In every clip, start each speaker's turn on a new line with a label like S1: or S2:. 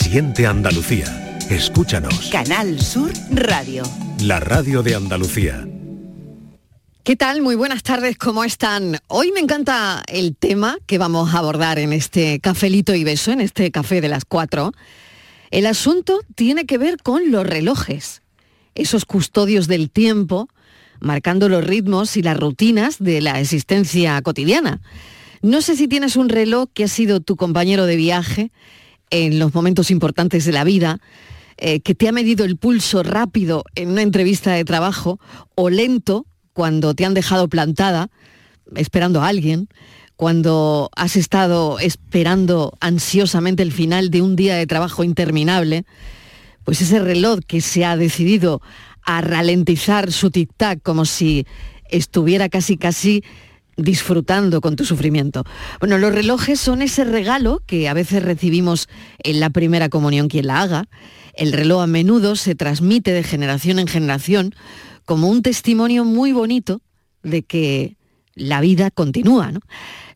S1: siguiente Andalucía. Escúchanos.
S2: Canal Sur Radio.
S1: La radio de Andalucía.
S3: ¿Qué tal? Muy buenas tardes, ¿cómo están? Hoy me encanta el tema que vamos a abordar en este cafelito y beso, en este café de las cuatro. El asunto tiene que ver con los relojes, esos custodios del tiempo, marcando los ritmos y las rutinas de la existencia cotidiana. No sé si tienes un reloj que ha sido tu compañero de viaje en los momentos importantes de la vida, eh, que te ha medido el pulso rápido en una entrevista de trabajo o lento cuando te han dejado plantada esperando a alguien, cuando has estado esperando ansiosamente el final de un día de trabajo interminable, pues ese reloj que se ha decidido a ralentizar su tic-tac como si estuviera casi casi disfrutando con tu sufrimiento. Bueno, los relojes son ese regalo que a veces recibimos en la primera comunión quien la haga. El reloj a menudo se transmite de generación en generación como un testimonio muy bonito de que la vida continúa. ¿no?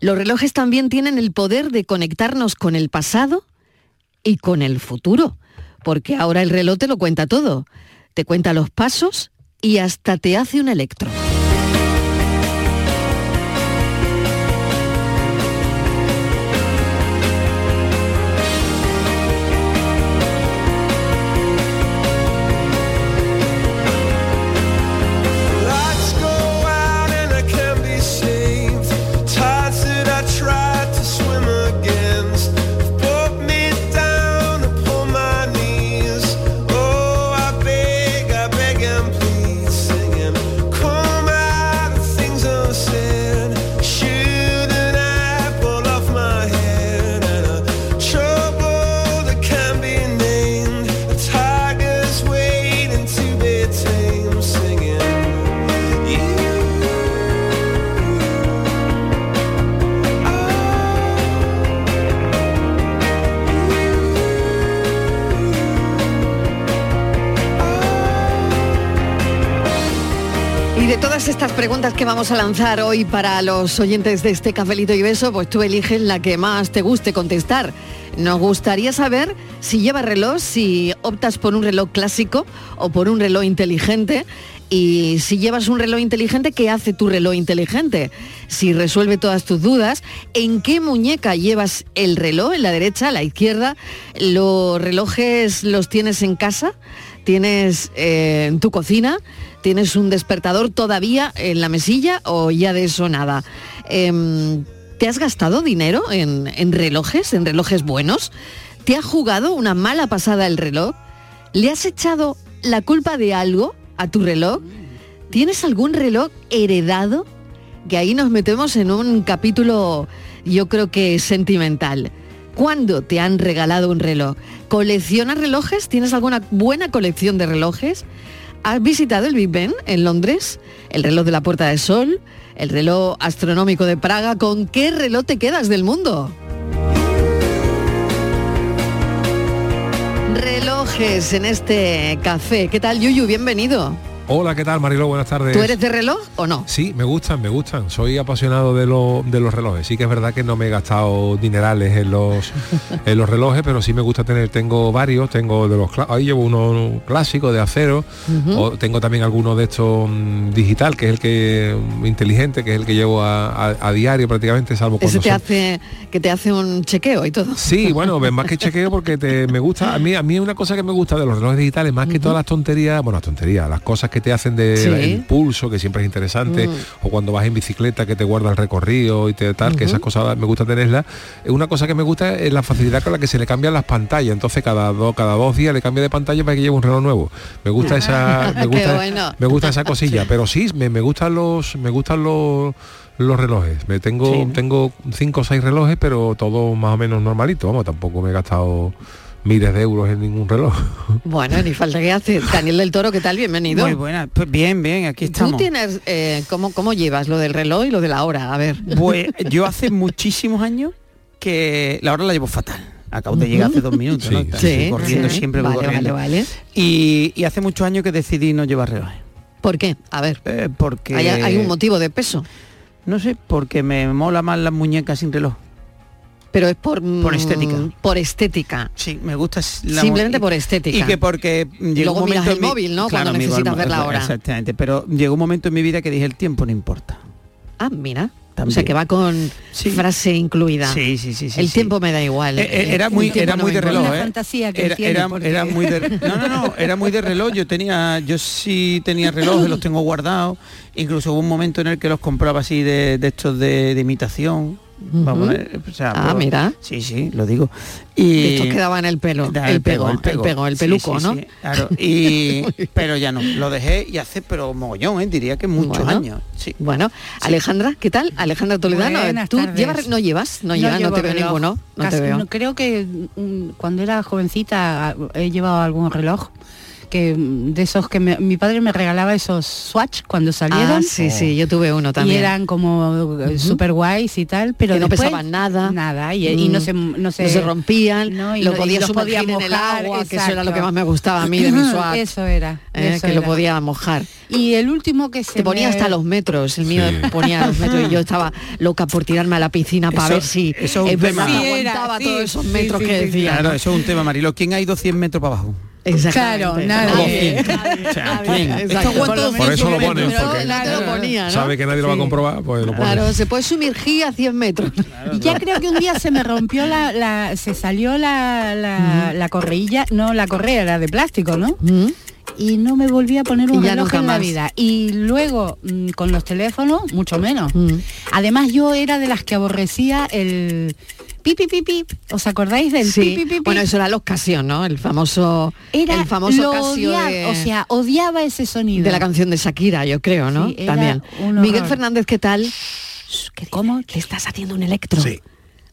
S3: Los relojes también tienen el poder de conectarnos con el pasado y con el futuro, porque ahora el reloj te lo cuenta todo, te cuenta los pasos y hasta te hace un electro.
S4: Lights go out and I can be saved. Tides that I tried to swim against pull me down upon my knees. Oh, I beg, I beg and plead, singing, come out of things I've said. Shoot an apple off my head and a trouble that can be named. A tiger's waiting to be tamed, singing.
S3: Y de todas estas preguntas que vamos a lanzar hoy para los oyentes de este cafelito y beso, pues tú eliges la que más te guste contestar. Nos gustaría saber si llevas reloj, si optas por un reloj clásico o por un reloj inteligente. Y si llevas un reloj inteligente, ¿qué hace tu reloj inteligente? Si resuelve todas tus dudas, ¿en qué muñeca llevas el reloj? ¿En la derecha, a la izquierda? ¿Los relojes los tienes en casa? ¿Tienes eh, en tu cocina? ¿Tienes un despertador todavía en la mesilla o ya de eso nada? Em, ¿Te has gastado dinero en, en relojes, en relojes buenos? ¿Te ha jugado una mala pasada el reloj? ¿Le has echado la culpa de algo a tu reloj? ¿Tienes algún reloj heredado? Que ahí nos metemos en un capítulo, yo creo que sentimental. ¿Cuándo te han regalado un reloj? ¿Coleccionas relojes? ¿Tienes alguna buena colección de relojes? ¿Has visitado el Big Ben en Londres? ¿El reloj de la Puerta del Sol? ¿El reloj astronómico de Praga? ¿Con qué reloj te quedas del mundo? Relojes en este café. ¿Qué tal, Yuyu? Bienvenido.
S5: Hola, ¿qué tal, Mariló? Buenas tardes.
S3: ¿Tú eres de reloj o no?
S5: Sí, me gustan, me gustan. Soy apasionado de, lo- de los relojes. Sí que es verdad que no me he gastado dinerales en los, en los relojes, pero sí me gusta tener, tengo varios, tengo de los cla- ahí llevo uno clásico de acero,
S6: Mm-hmm.
S7: Ujú.
S5: o tengo también alguno de estos mm, digital, que es el que mm, inteligente, que es el que llevo a, a- a diario prácticamente, salvo
S3: Ese
S5: cuando
S3: te
S5: son-
S3: hace, que te hace un chequeo y todo.
S5: Sí, bueno, ven, más que chequeo porque te, me gusta, a mí, a mí una cosa que me gusta de los relojes digitales, más que todas las tonterías, bueno, las tonterías, las cosas que te hacen de
S8: Sí.
S5: el pulso, que siempre es interesante,
S8: Mm.
S5: o cuando vas en bicicleta que te guarda el recorrido y te, tal, que
S8: Ujú.
S5: esas cosas me gusta tenerlas. Eh, Una cosa que me gusta es la facilidad con la que se le cambian las pantallas, entonces cada, dos cada dos días le cambio de pantalla para que lleve un reloj nuevo. Me gusta esa, me
S3: Qué
S5: gusta,
S3: bueno.
S5: me gusta esa cosilla, pero sí, me, me gustan los, me gustan los los relojes. Me tengo,
S8: Sí, ¿no?
S5: tengo cinco o seis relojes, pero todos más o menos normalitos. Vamos, tampoco me he gastado miles de euros en ningún reloj.
S3: Bueno, ni falta que hace. Daniel del Toro, ¿qué tal? Bienvenido.
S9: Muy buena, pues bien, bien, aquí
S3: Tú
S9: estamos.
S3: tienes, eh, ¿cómo, ¿cómo llevas lo del reloj y lo de la hora? A ver.
S9: Pues yo hace muchísimos años que la hora la llevo fatal. Acabo de llegar hace dos minutos, ¿no? Estoy corriendo
S3: sí.
S9: siempre, voy
S3: vale,
S9: corriendo.
S3: Vale, vale.
S9: Y, y hace muchos años que decidí no llevar relojes.
S3: ¿Por qué? A ver.
S9: Eh, porque
S3: ¿Hay, hay un motivo de peso?
S9: No sé, porque me mola más las muñecas sin reloj.
S3: Pero es por...
S9: Por estética.
S3: mm, Por estética.
S9: Sí, me gusta es la
S3: Simplemente
S9: mo-
S3: por
S9: y-
S3: estética.
S9: Y que porque llegó
S3: Luego
S9: un
S3: miras
S9: momento
S3: el
S9: en mi-
S3: móvil, ¿no? Cuando
S9: amigo,
S3: necesitas
S9: el-
S3: ver la hora.
S9: Exactamente, pero llegó un momento en mi vida que dije el tiempo no importa.
S3: Ah, mira. O sea,
S9: También.
S3: que va con
S9: Sí.
S3: frase incluida.
S9: Sí, sí, sí, sí,
S3: el
S9: sí.
S3: tiempo me da igual.
S9: Eh, eh, era
S3: El
S9: muy
S3: tiempo
S9: era
S3: no
S9: muy
S3: me
S9: de reloj,
S3: importa.
S7: La
S9: ¿eh?
S7: fantasía que
S9: era,
S7: entiende,
S9: era-
S7: porque-
S9: era muy de No, no, no, era muy de reloj. Yo tenía yo sí tenía relojes, los tengo guardados. Incluso hubo un momento en el que los compraba así de, de estos de, de imitación. Vamos a ver, o sea,
S3: Ah,
S9: pero-
S3: mira.
S9: Sí, sí, lo digo. Y
S3: De estos que daban el pelo,
S9: Da,
S3: el, pego, el pego, el,
S9: Sí,
S3: peluco,
S9: sí,
S3: ¿no?
S9: sí, claro. Y, pero ya no, lo dejé y hace pero mogollón, ¿eh? diría que muchos
S3: Bueno.
S9: años. Sí.
S3: Bueno, Alejandra, ¿qué tal? Alejandra Toledano,
S7: Buenas
S3: tú
S7: tardes.
S3: llevas, no llevas, no llevas, no
S7: llevo
S3: te veo
S7: reloj.
S3: ninguno, no
S7: Casi-
S3: te veo.
S7: no, creo que mm, cuando era jovencita ah, he llevado algún reloj que mm, de esos que me- mi padre me regalaba esos Swatch cuando salieron.
S3: Ah, sí, sí, yo tuve uno
S7: Y
S3: también.
S7: eran como eh, super guays y tal, pero
S3: Que no
S7: después,
S3: pesaban nada.
S7: Nada, y, y no,
S3: Mm.
S7: se, no, se,
S3: No se rompían,
S7: no, y
S3: lo
S7: no- y
S3: podía
S7: los
S3: sumergir
S7: podía
S3: en el
S7: mojar,
S3: agua, que eso era lo que
S7: exacto.
S3: más me gustaba a mí de mi swatch,
S7: Eso era.
S3: eh,
S7: eso
S3: que lo
S7: era.
S3: podía mojar.
S7: Y el último que se
S3: Te ponía
S7: me-
S3: hasta los metros, el mío
S5: Sí.
S3: ponía a los metros y yo estaba loca por tirarme a la piscina para
S9: Eso-
S3: ver si
S9: eso es un
S3: eh,
S9: tema.
S3: verdad,
S7: Sí, era,
S3: aguantaba
S7: sí,
S3: todos esos
S7: sí,
S3: metros
S7: sí,
S3: que
S7: sí,
S3: decía.
S9: Claro, eso es un tema, Marilo. ¿Quién ha ido 100 metros para abajo?
S3: Exactamente.
S7: Claro, nadie.
S9: Nadie,
S3: Nadie, nadie,
S9: ¿Quién?
S3: exacto.
S9: Esto aguanta
S5: Por eso lo ponen,
S3: Pero
S5: porque
S3: no te lo ponía, ¿no?
S5: sabe que nadie lo va a comprobar, pues lo pone.
S3: Claro, se puede sumergir a 100 metros.
S7: Y ya creo que un día se me rompió la, la- se salió la, la, la correilla, no, la correa era de plástico, ¿no? Y no me volví a poner un
S3: Y ya
S7: reloj
S3: nunca
S7: en la
S3: más.
S7: vida. Y luego mm, con los teléfonos, mucho menos. Además yo era de las que aborrecía el pi pi pi pi. ¿Os acordáis del pi, pi, pi, pi?
S3: Bueno, eso era los Casio, ¿no? El famoso
S7: era
S3: el famoso
S7: lo
S3: Casio
S7: odiaba,
S3: de,
S7: o sea, odiaba ese sonido.
S3: de la canción de Shakira, yo creo, ¿no?
S7: Sí, era
S3: También.
S7: un
S3: Miguel
S7: horror.
S3: Fernández, ¿qué tal?
S7: ¿Qué- ¿Cómo?
S3: ¿Qué estás haciendo un electro?
S8: Sí.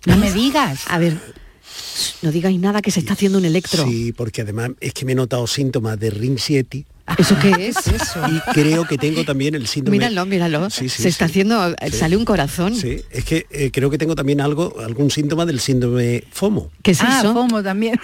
S7: No me digas.
S3: A ver, shh, no digáis nada que se está haciendo un electro.
S8: Sí, porque además es que me he notado síntomas de RIM 7
S3: ¿Eso qué es? Eso.
S8: y creo que tengo también el síndrome.
S3: Míralo, míralo.
S8: Sí, sí,
S3: se está
S8: sí.
S3: haciendo, eh,
S8: Sí.
S3: sale un corazón.
S8: Sí, es que eh, creo que tengo también algo, algún síntoma del síndrome FOMO.
S3: ¿Qué es
S7: ah,
S3: eso?
S7: FOMO también.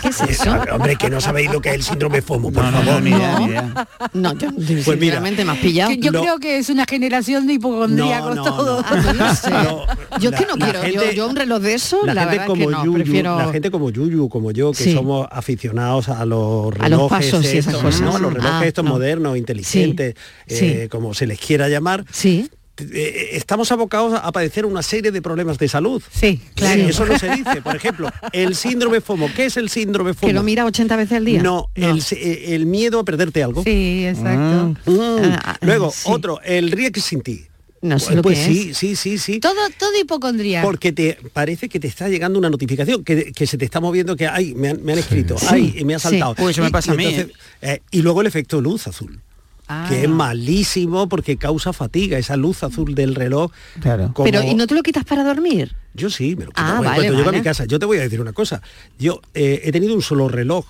S3: ¿Qué es eso?
S8: Eh, hombre, que no sabéis lo que es el síndrome FOMO, por
S9: No, no,
S8: favor.
S9: no, ni idea, ni idea.
S3: No, yo
S8: Pues mira.
S3: sinceramente me has pillado.
S7: Que yo
S8: No.
S7: creo que es una generación de hipocondríacos todos.
S3: Ah, yo no sé.
S8: No,
S3: Yo es que
S8: la-
S3: no
S8: la
S3: quiero, yo-
S8: gente-
S3: yo, un reloj de eso, la,
S8: la, gente
S3: verdad
S8: como
S3: es que no,
S8: Yuyu,
S3: prefiero...
S8: la gente como Yuyu, como yo, que
S3: Sí.
S8: somos aficionados a los relojes,
S3: A los pasos y esas
S8: estos,
S3: cosas.
S8: ¿no? A los relojes
S3: Ah,
S8: estos
S3: no.
S8: modernos, inteligentes,
S3: Sí,
S8: eh,
S3: sí.
S8: como se les quiera llamar,
S3: Sí,
S8: eh, eh, estamos abocados a padecer una serie de problemas de salud.
S7: Sí,
S8: Sí,
S7: claro.
S8: eso no se dice. Por ejemplo, el síndrome FOMO. ¿Qué es el síndrome FOMO?
S3: que lo mira 80 veces al día.
S8: No, El, eh, el miedo a perderte algo.
S7: Sí, exacto.
S8: Mm.
S3: Ah, ah,
S8: Luego,
S3: sí.
S8: otro, el RIEX sin ti.
S3: No sé
S8: Pues,
S3: lo
S8: pues
S3: que
S8: sí, sí, sí, sí.
S7: Todo, todo hipocondría.
S8: Porque te parece que te está llegando una notificación, que, que se te está moviendo, que ay, me han, me han escrito, ay, me ha saltado.
S9: Uy, eso me
S8: Y-
S9: pasa
S8: y
S9: a mí,
S8: entonces, eh, y luego el efecto luz azul. Que
S3: Ah.
S8: es malísimo porque causa fatiga, esa luz azul del reloj.
S9: Claro.
S8: como-
S3: Pero, ¿y no te lo quitas para dormir?
S8: Yo sí, me lo quito.
S3: Ah,
S8: Bueno,
S3: vale,
S8: cuando llego
S3: vale.
S8: a mi casa, yo te voy a decir una cosa. Yo eh, he tenido un solo reloj.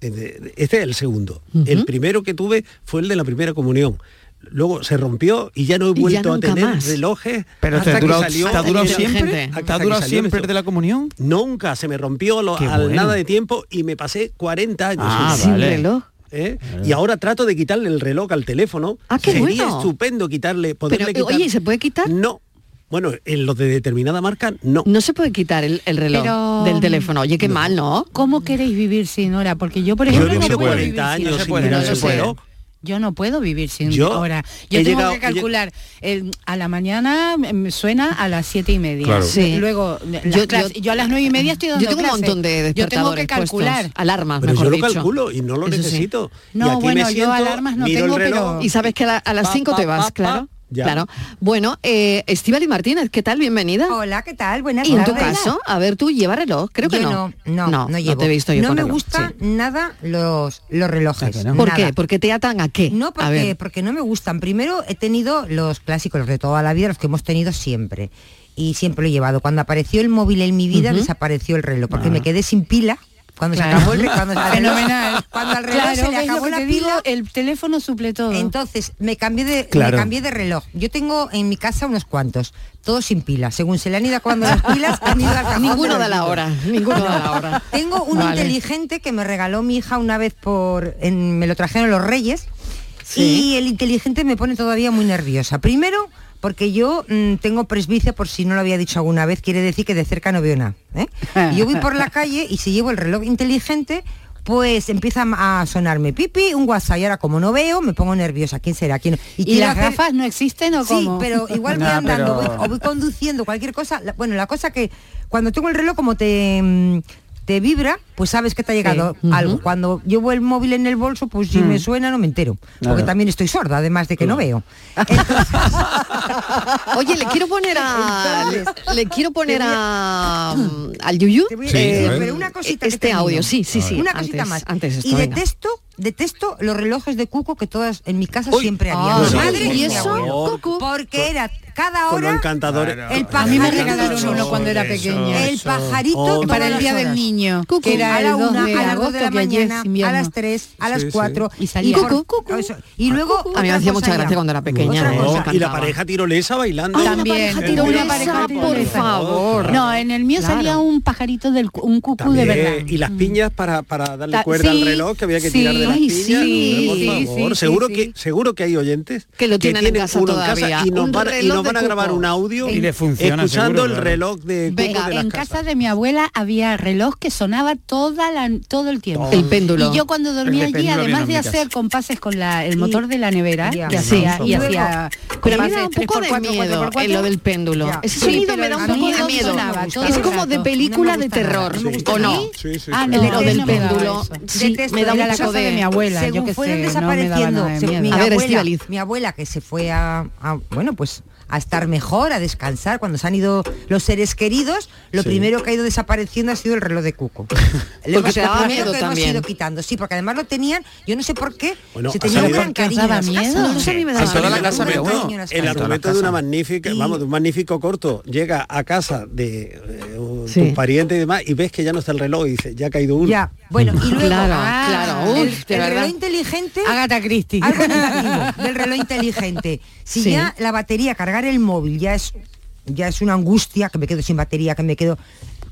S8: Eh, de- Este es el segundo. El primero que tuve fue el de la primera comunión. Luego se rompió y ya no he
S3: ya
S8: vuelto a
S3: nunca
S8: tener
S3: más.
S8: relojes.
S9: Pero te
S8: hasta
S9: ha
S8: que
S9: durado,
S8: salió-
S9: ¿te ha durado
S3: hasta que
S9: siempre,
S3: salió
S9: ¿Te ha
S8: esto.
S9: durado siempre el de la comunión.
S8: Nunca se me rompió lo-
S9: Qué
S8: al
S9: bueno.
S8: nada de tiempo y me pasé 40 años.
S9: Ah,
S8: sin-
S3: Sin
S9: vale.
S3: reloj.
S8: ¿eh? Y ahora trato de quitarle el reloj al teléfono.
S3: Ah, qué
S8: Sería
S3: bueno.
S8: estupendo quitarle, poderle
S3: Pero, eh,
S8: quitar-
S3: oye, ¿y se puede quitar?
S8: No. Bueno, en los de determinada marca, no.
S3: No se puede quitar el, el reloj
S7: Pero-
S3: del teléfono. Oye, qué mal, ¿no?
S7: ¿Cómo queréis vivir sin hora? Porque yo, por
S8: Yo
S7: ejemplo,
S8: he
S7: no
S8: vivido
S7: puedo vivir
S8: 40
S7: sin
S8: años
S7: hora.
S8: sin
S9: puede,
S8: mirar
S9: no
S8: el
S9: se puede.
S8: reloj.
S7: Yo no puedo vivir sin
S8: Yo
S7: hora. Yo
S8: he
S7: tengo
S8: llegado-
S7: que calcular. el- a la mañana mm, suena a las siete y media.
S5: Claro.
S3: Sí.
S7: Luego, las
S3: Yo-
S7: clases- yo,
S3: yo-
S7: a las nueve y media estoy dando
S3: Yo tengo un
S7: clase.
S3: montón de
S7: Yo tengo
S3: despertadores
S7: que calcular.
S3: puestos, alarmas,
S8: Pero
S3: mejor
S8: yo lo
S3: dicho.
S8: calculo y no lo
S3: Eso sí.
S8: necesito. Y
S7: No,
S8: aquí
S7: bueno,
S8: me
S7: yo
S8: siento,
S7: alarmas no
S8: miro el
S7: tengo,
S8: reloj.
S7: pero-
S3: Y sabes que a, la- a las
S9: Pa,
S3: 5
S9: pa,
S3: te vas,
S9: pa, pa.
S3: claro.
S8: Ya.
S3: Claro. Bueno, eh, Estíbaliz Martínez, ¿qué tal? Bienvenida.
S10: Hola, ¿qué tal? Buenas
S3: Y en tu
S10: tardes.
S3: caso, a ver, tú lleva reloj, creo que
S10: Yo
S3: no.
S10: no, no, no, llevo.
S3: te he visto yo
S10: No
S3: con
S10: me
S3: reloj,
S10: gustan
S3: sí.
S10: nada los, los relojes.
S9: ¿A que no?
S3: ¿Por
S10: nada.
S3: qué? ¿Porque te atan a qué?
S10: No,
S3: a
S10: porque,
S3: ver.
S10: porque no me gustan. Primero he tenido los clásicos, los de toda la vida, los que hemos tenido siempre. Y siempre lo he llevado. Cuando apareció el móvil en mi vida, desapareció el reloj,
S3: Ah.
S10: porque me quedé sin pila. Cuando
S7: Claro.
S10: se acabó el re- cuando al reloj-
S7: Fenomenal.
S10: cuando al reloj
S7: Claro,
S10: se le
S7: ¿ves lo
S10: acabó
S7: que
S10: la
S7: te
S10: pila,
S7: digo? el teléfono suple todo.
S10: Entonces, me cambié, de,
S8: Claro.
S10: me cambié de reloj. Yo tengo en mi casa unos cuantos, todos sin pilas. Según se le han ido acabando las pilas, han ido al cajón de
S3: Ninguno
S10: los
S3: da la
S10: libros.
S3: hora, ninguno da la hora.
S10: Tengo un
S3: Vale.
S10: inteligente que me regaló mi hija una vez por... en- me lo trajeron los reyes.
S3: Sí.
S10: Y el inteligente me pone todavía muy nerviosa. Primero, porque yo mm, tengo presbicia, por si no lo había dicho alguna vez, quiere decir que de cerca no veo nada. ¿eh? Y yo voy por la calle y si llevo el reloj inteligente, pues empieza a sonarme pipi, un WhatsApp. Y ahora como no veo, me pongo nerviosa. ¿Quién será? ¿Quién no?
S7: ¿Y
S10: quiero
S7: las
S10: hacer-
S7: gafas no existen o
S10: Sí,
S7: cómo?
S10: pero igual voy
S9: No,
S10: andando
S9: pero-
S10: voy- o voy conduciendo, cualquier cosa. La- bueno, la cosa que cuando tengo el reloj como te, mm, te vibra, pues sabes que te ha llegado
S3: Ujú.
S10: algo. Cuando llevo el móvil en el bolso, pues si
S7: Mm.
S10: me suena no me entero. Porque
S9: Claro.
S10: también estoy sorda, además de que no veo.
S3: Oye, le quiero poner a le, le quiero poner a mm, al Yuyu
S10: Te voy a
S5: Sí,
S10: decir,
S5: a ver.
S10: Eh, pero una
S7: E-,
S10: cosita que
S3: este
S10: termino.
S3: audio, sí, sí, sí.
S10: Una
S3: antes,
S10: cosita más.
S3: Antes esto,
S10: y
S3: venga.
S10: detesto, detesto los relojes de cuco que todas en mi casa
S8: Uy.
S10: siempre había.
S3: Ah,
S10: Mi
S8: sí,
S10: madre
S8: por
S10: mi
S8: eso,
S10: abuelo.
S3: Coco.
S10: Porque era cada
S8: Con lo
S10: hora
S8: encantador.
S5: Claro.
S10: el
S7: A mí me
S10: pajarito.
S7: regalaron uno cuando era
S5: Eso,
S7: pequeña.
S10: El
S5: Eso.
S10: pajarito
S8: Oh,
S10: todas
S7: para el
S10: las
S7: día del
S10: horas.
S7: niño,
S3: Cucu.
S7: que era
S10: a la
S7: el 2
S10: una,
S7: de
S10: a las dos
S7: agosto,
S10: de la
S7: que ayer es
S10: mañana, a
S7: invierno.
S10: las 3, a las
S5: Sí, sí.
S10: 4
S7: Y Ah, salía.
S3: Cucu, cucu.
S10: Eso. Y luego
S3: A mí me
S10: otra
S3: hacía
S10: cosa
S3: mucha gracia
S10: ya.
S3: cuando era pequeña.
S10: Otra
S3: ¿eh?
S8: No,
S3: Me
S8: y la
S3: encantaba.
S8: pareja tirolesa bailando.
S3: Ay, la
S7: También.
S3: pareja
S7: Una
S3: tirolesa,
S7: pareja
S3: por
S7: tirolesa.
S3: favor.
S7: No, en el mío
S3: Claro.
S7: salía un pajarito del cu- un cucú
S8: También,
S7: de verdad.
S8: Y las piñas para, para darle
S7: Ta-
S8: cuerda
S7: sí,
S8: al reloj que había que
S7: sí,
S8: tirar de las
S7: ay,
S8: piñas.
S7: sí,
S8: Por
S7: sí,
S8: favor,
S7: sí,
S8: seguro
S7: sí,
S8: que
S7: sí.
S8: seguro que hay oyentes
S3: Que lo tienen en casa
S8: uno
S3: todavía,
S8: y nos
S3: un
S8: van, y
S3: reloj
S8: nos
S3: de
S8: van a grabar
S3: cuco.
S8: un audio
S9: Y le funciona,
S8: escuchando
S9: seguro,
S8: el
S9: claro.
S8: reloj de cuco
S7: Venga,
S8: de las
S7: en
S8: casas.
S7: casa de mi abuela había reloj que sonaba toda la, todo el tiempo.
S3: El péndulo.
S7: Y yo cuando dormía
S9: El
S7: allí,
S9: péndulo
S7: además
S9: viene
S7: de
S9: en mi
S7: hacer
S9: casa.
S7: compases con la, el motor de la nevera,
S10: Ya.
S7: que hacía,
S10: Sí.
S7: y hacía
S3: Pero a mí me da
S7: compases
S3: un poco
S7: 3x4,
S3: de miedo
S7: 4x4.
S3: en lo del péndulo.
S10: Ya.
S3: Ese
S7: Sí,
S3: sonido
S7: pero
S3: me da
S7: a
S3: un
S7: mí
S3: poco de
S7: no
S3: miedo.
S7: sonaba todo
S3: es
S7: el
S3: como
S7: rato.
S3: de
S7: No me
S3: película de
S10: gusta nada,
S3: terror,
S10: no me gusta
S3: ¿o
S10: nada.
S3: no?
S5: Sí, sí,
S7: Ah,
S5: sí.
S7: no,
S3: Lo del
S7: no me daba
S3: péndulo.
S7: eso.
S3: Sí,
S10: Detesto
S3: me da
S10: ir
S3: un
S10: a la
S3: poco
S10: casa
S3: de...
S7: de mi abuela, yo
S10: según
S7: que
S10: fueron
S7: sé, no me daba
S10: desapareciendo
S7: nada de
S10: se-
S7: miedo.
S10: mi,
S3: A ver,
S10: abuela,
S3: Estíbaliz.
S10: mi abuela que se fue a, a- bueno pues a estar mejor a descansar cuando se han ido los seres queridos lo primero que ha ido desapareciendo ha sido el reloj de cuco Lo
S3: Porque te
S10: hemos-
S3: daba miedo
S10: lo primero que hemos
S3: también.
S10: ido quitando sí porque además lo tenían yo no sé por qué
S8: Bueno,
S10: se
S8: ha
S10: tenían un
S8: salido-
S10: gran cariño en
S7: ¿Daba
S10: las casas.
S7: miedo?
S10: No sé,
S3: Sí,
S10: a mí me
S3: en
S10: daba
S9: toda la
S10: miedo,
S9: casa
S10: un
S9: había
S10: gran
S9: uno.
S10: cariño en las
S8: El
S10: casas.
S8: argumento de una magnífica, vamos, de un magnífico corto. Llega a casa de eh, un-
S3: Sí.
S8: tu pariente y demás y ves que ya no está el reloj y dices, ya ha caído uno.
S10: ya bueno y luego
S3: Claro,
S10: ah,
S3: claro, uy, de
S10: el- el reloj
S3: verdad.
S10: inteligente
S7: Agatha Christie.
S10: Algo negativo del reloj inteligente. Si
S3: Sí.
S10: ya la batería, cargar el móvil, ya es, ya es una angustia, que me quedo sin batería, que me quedo...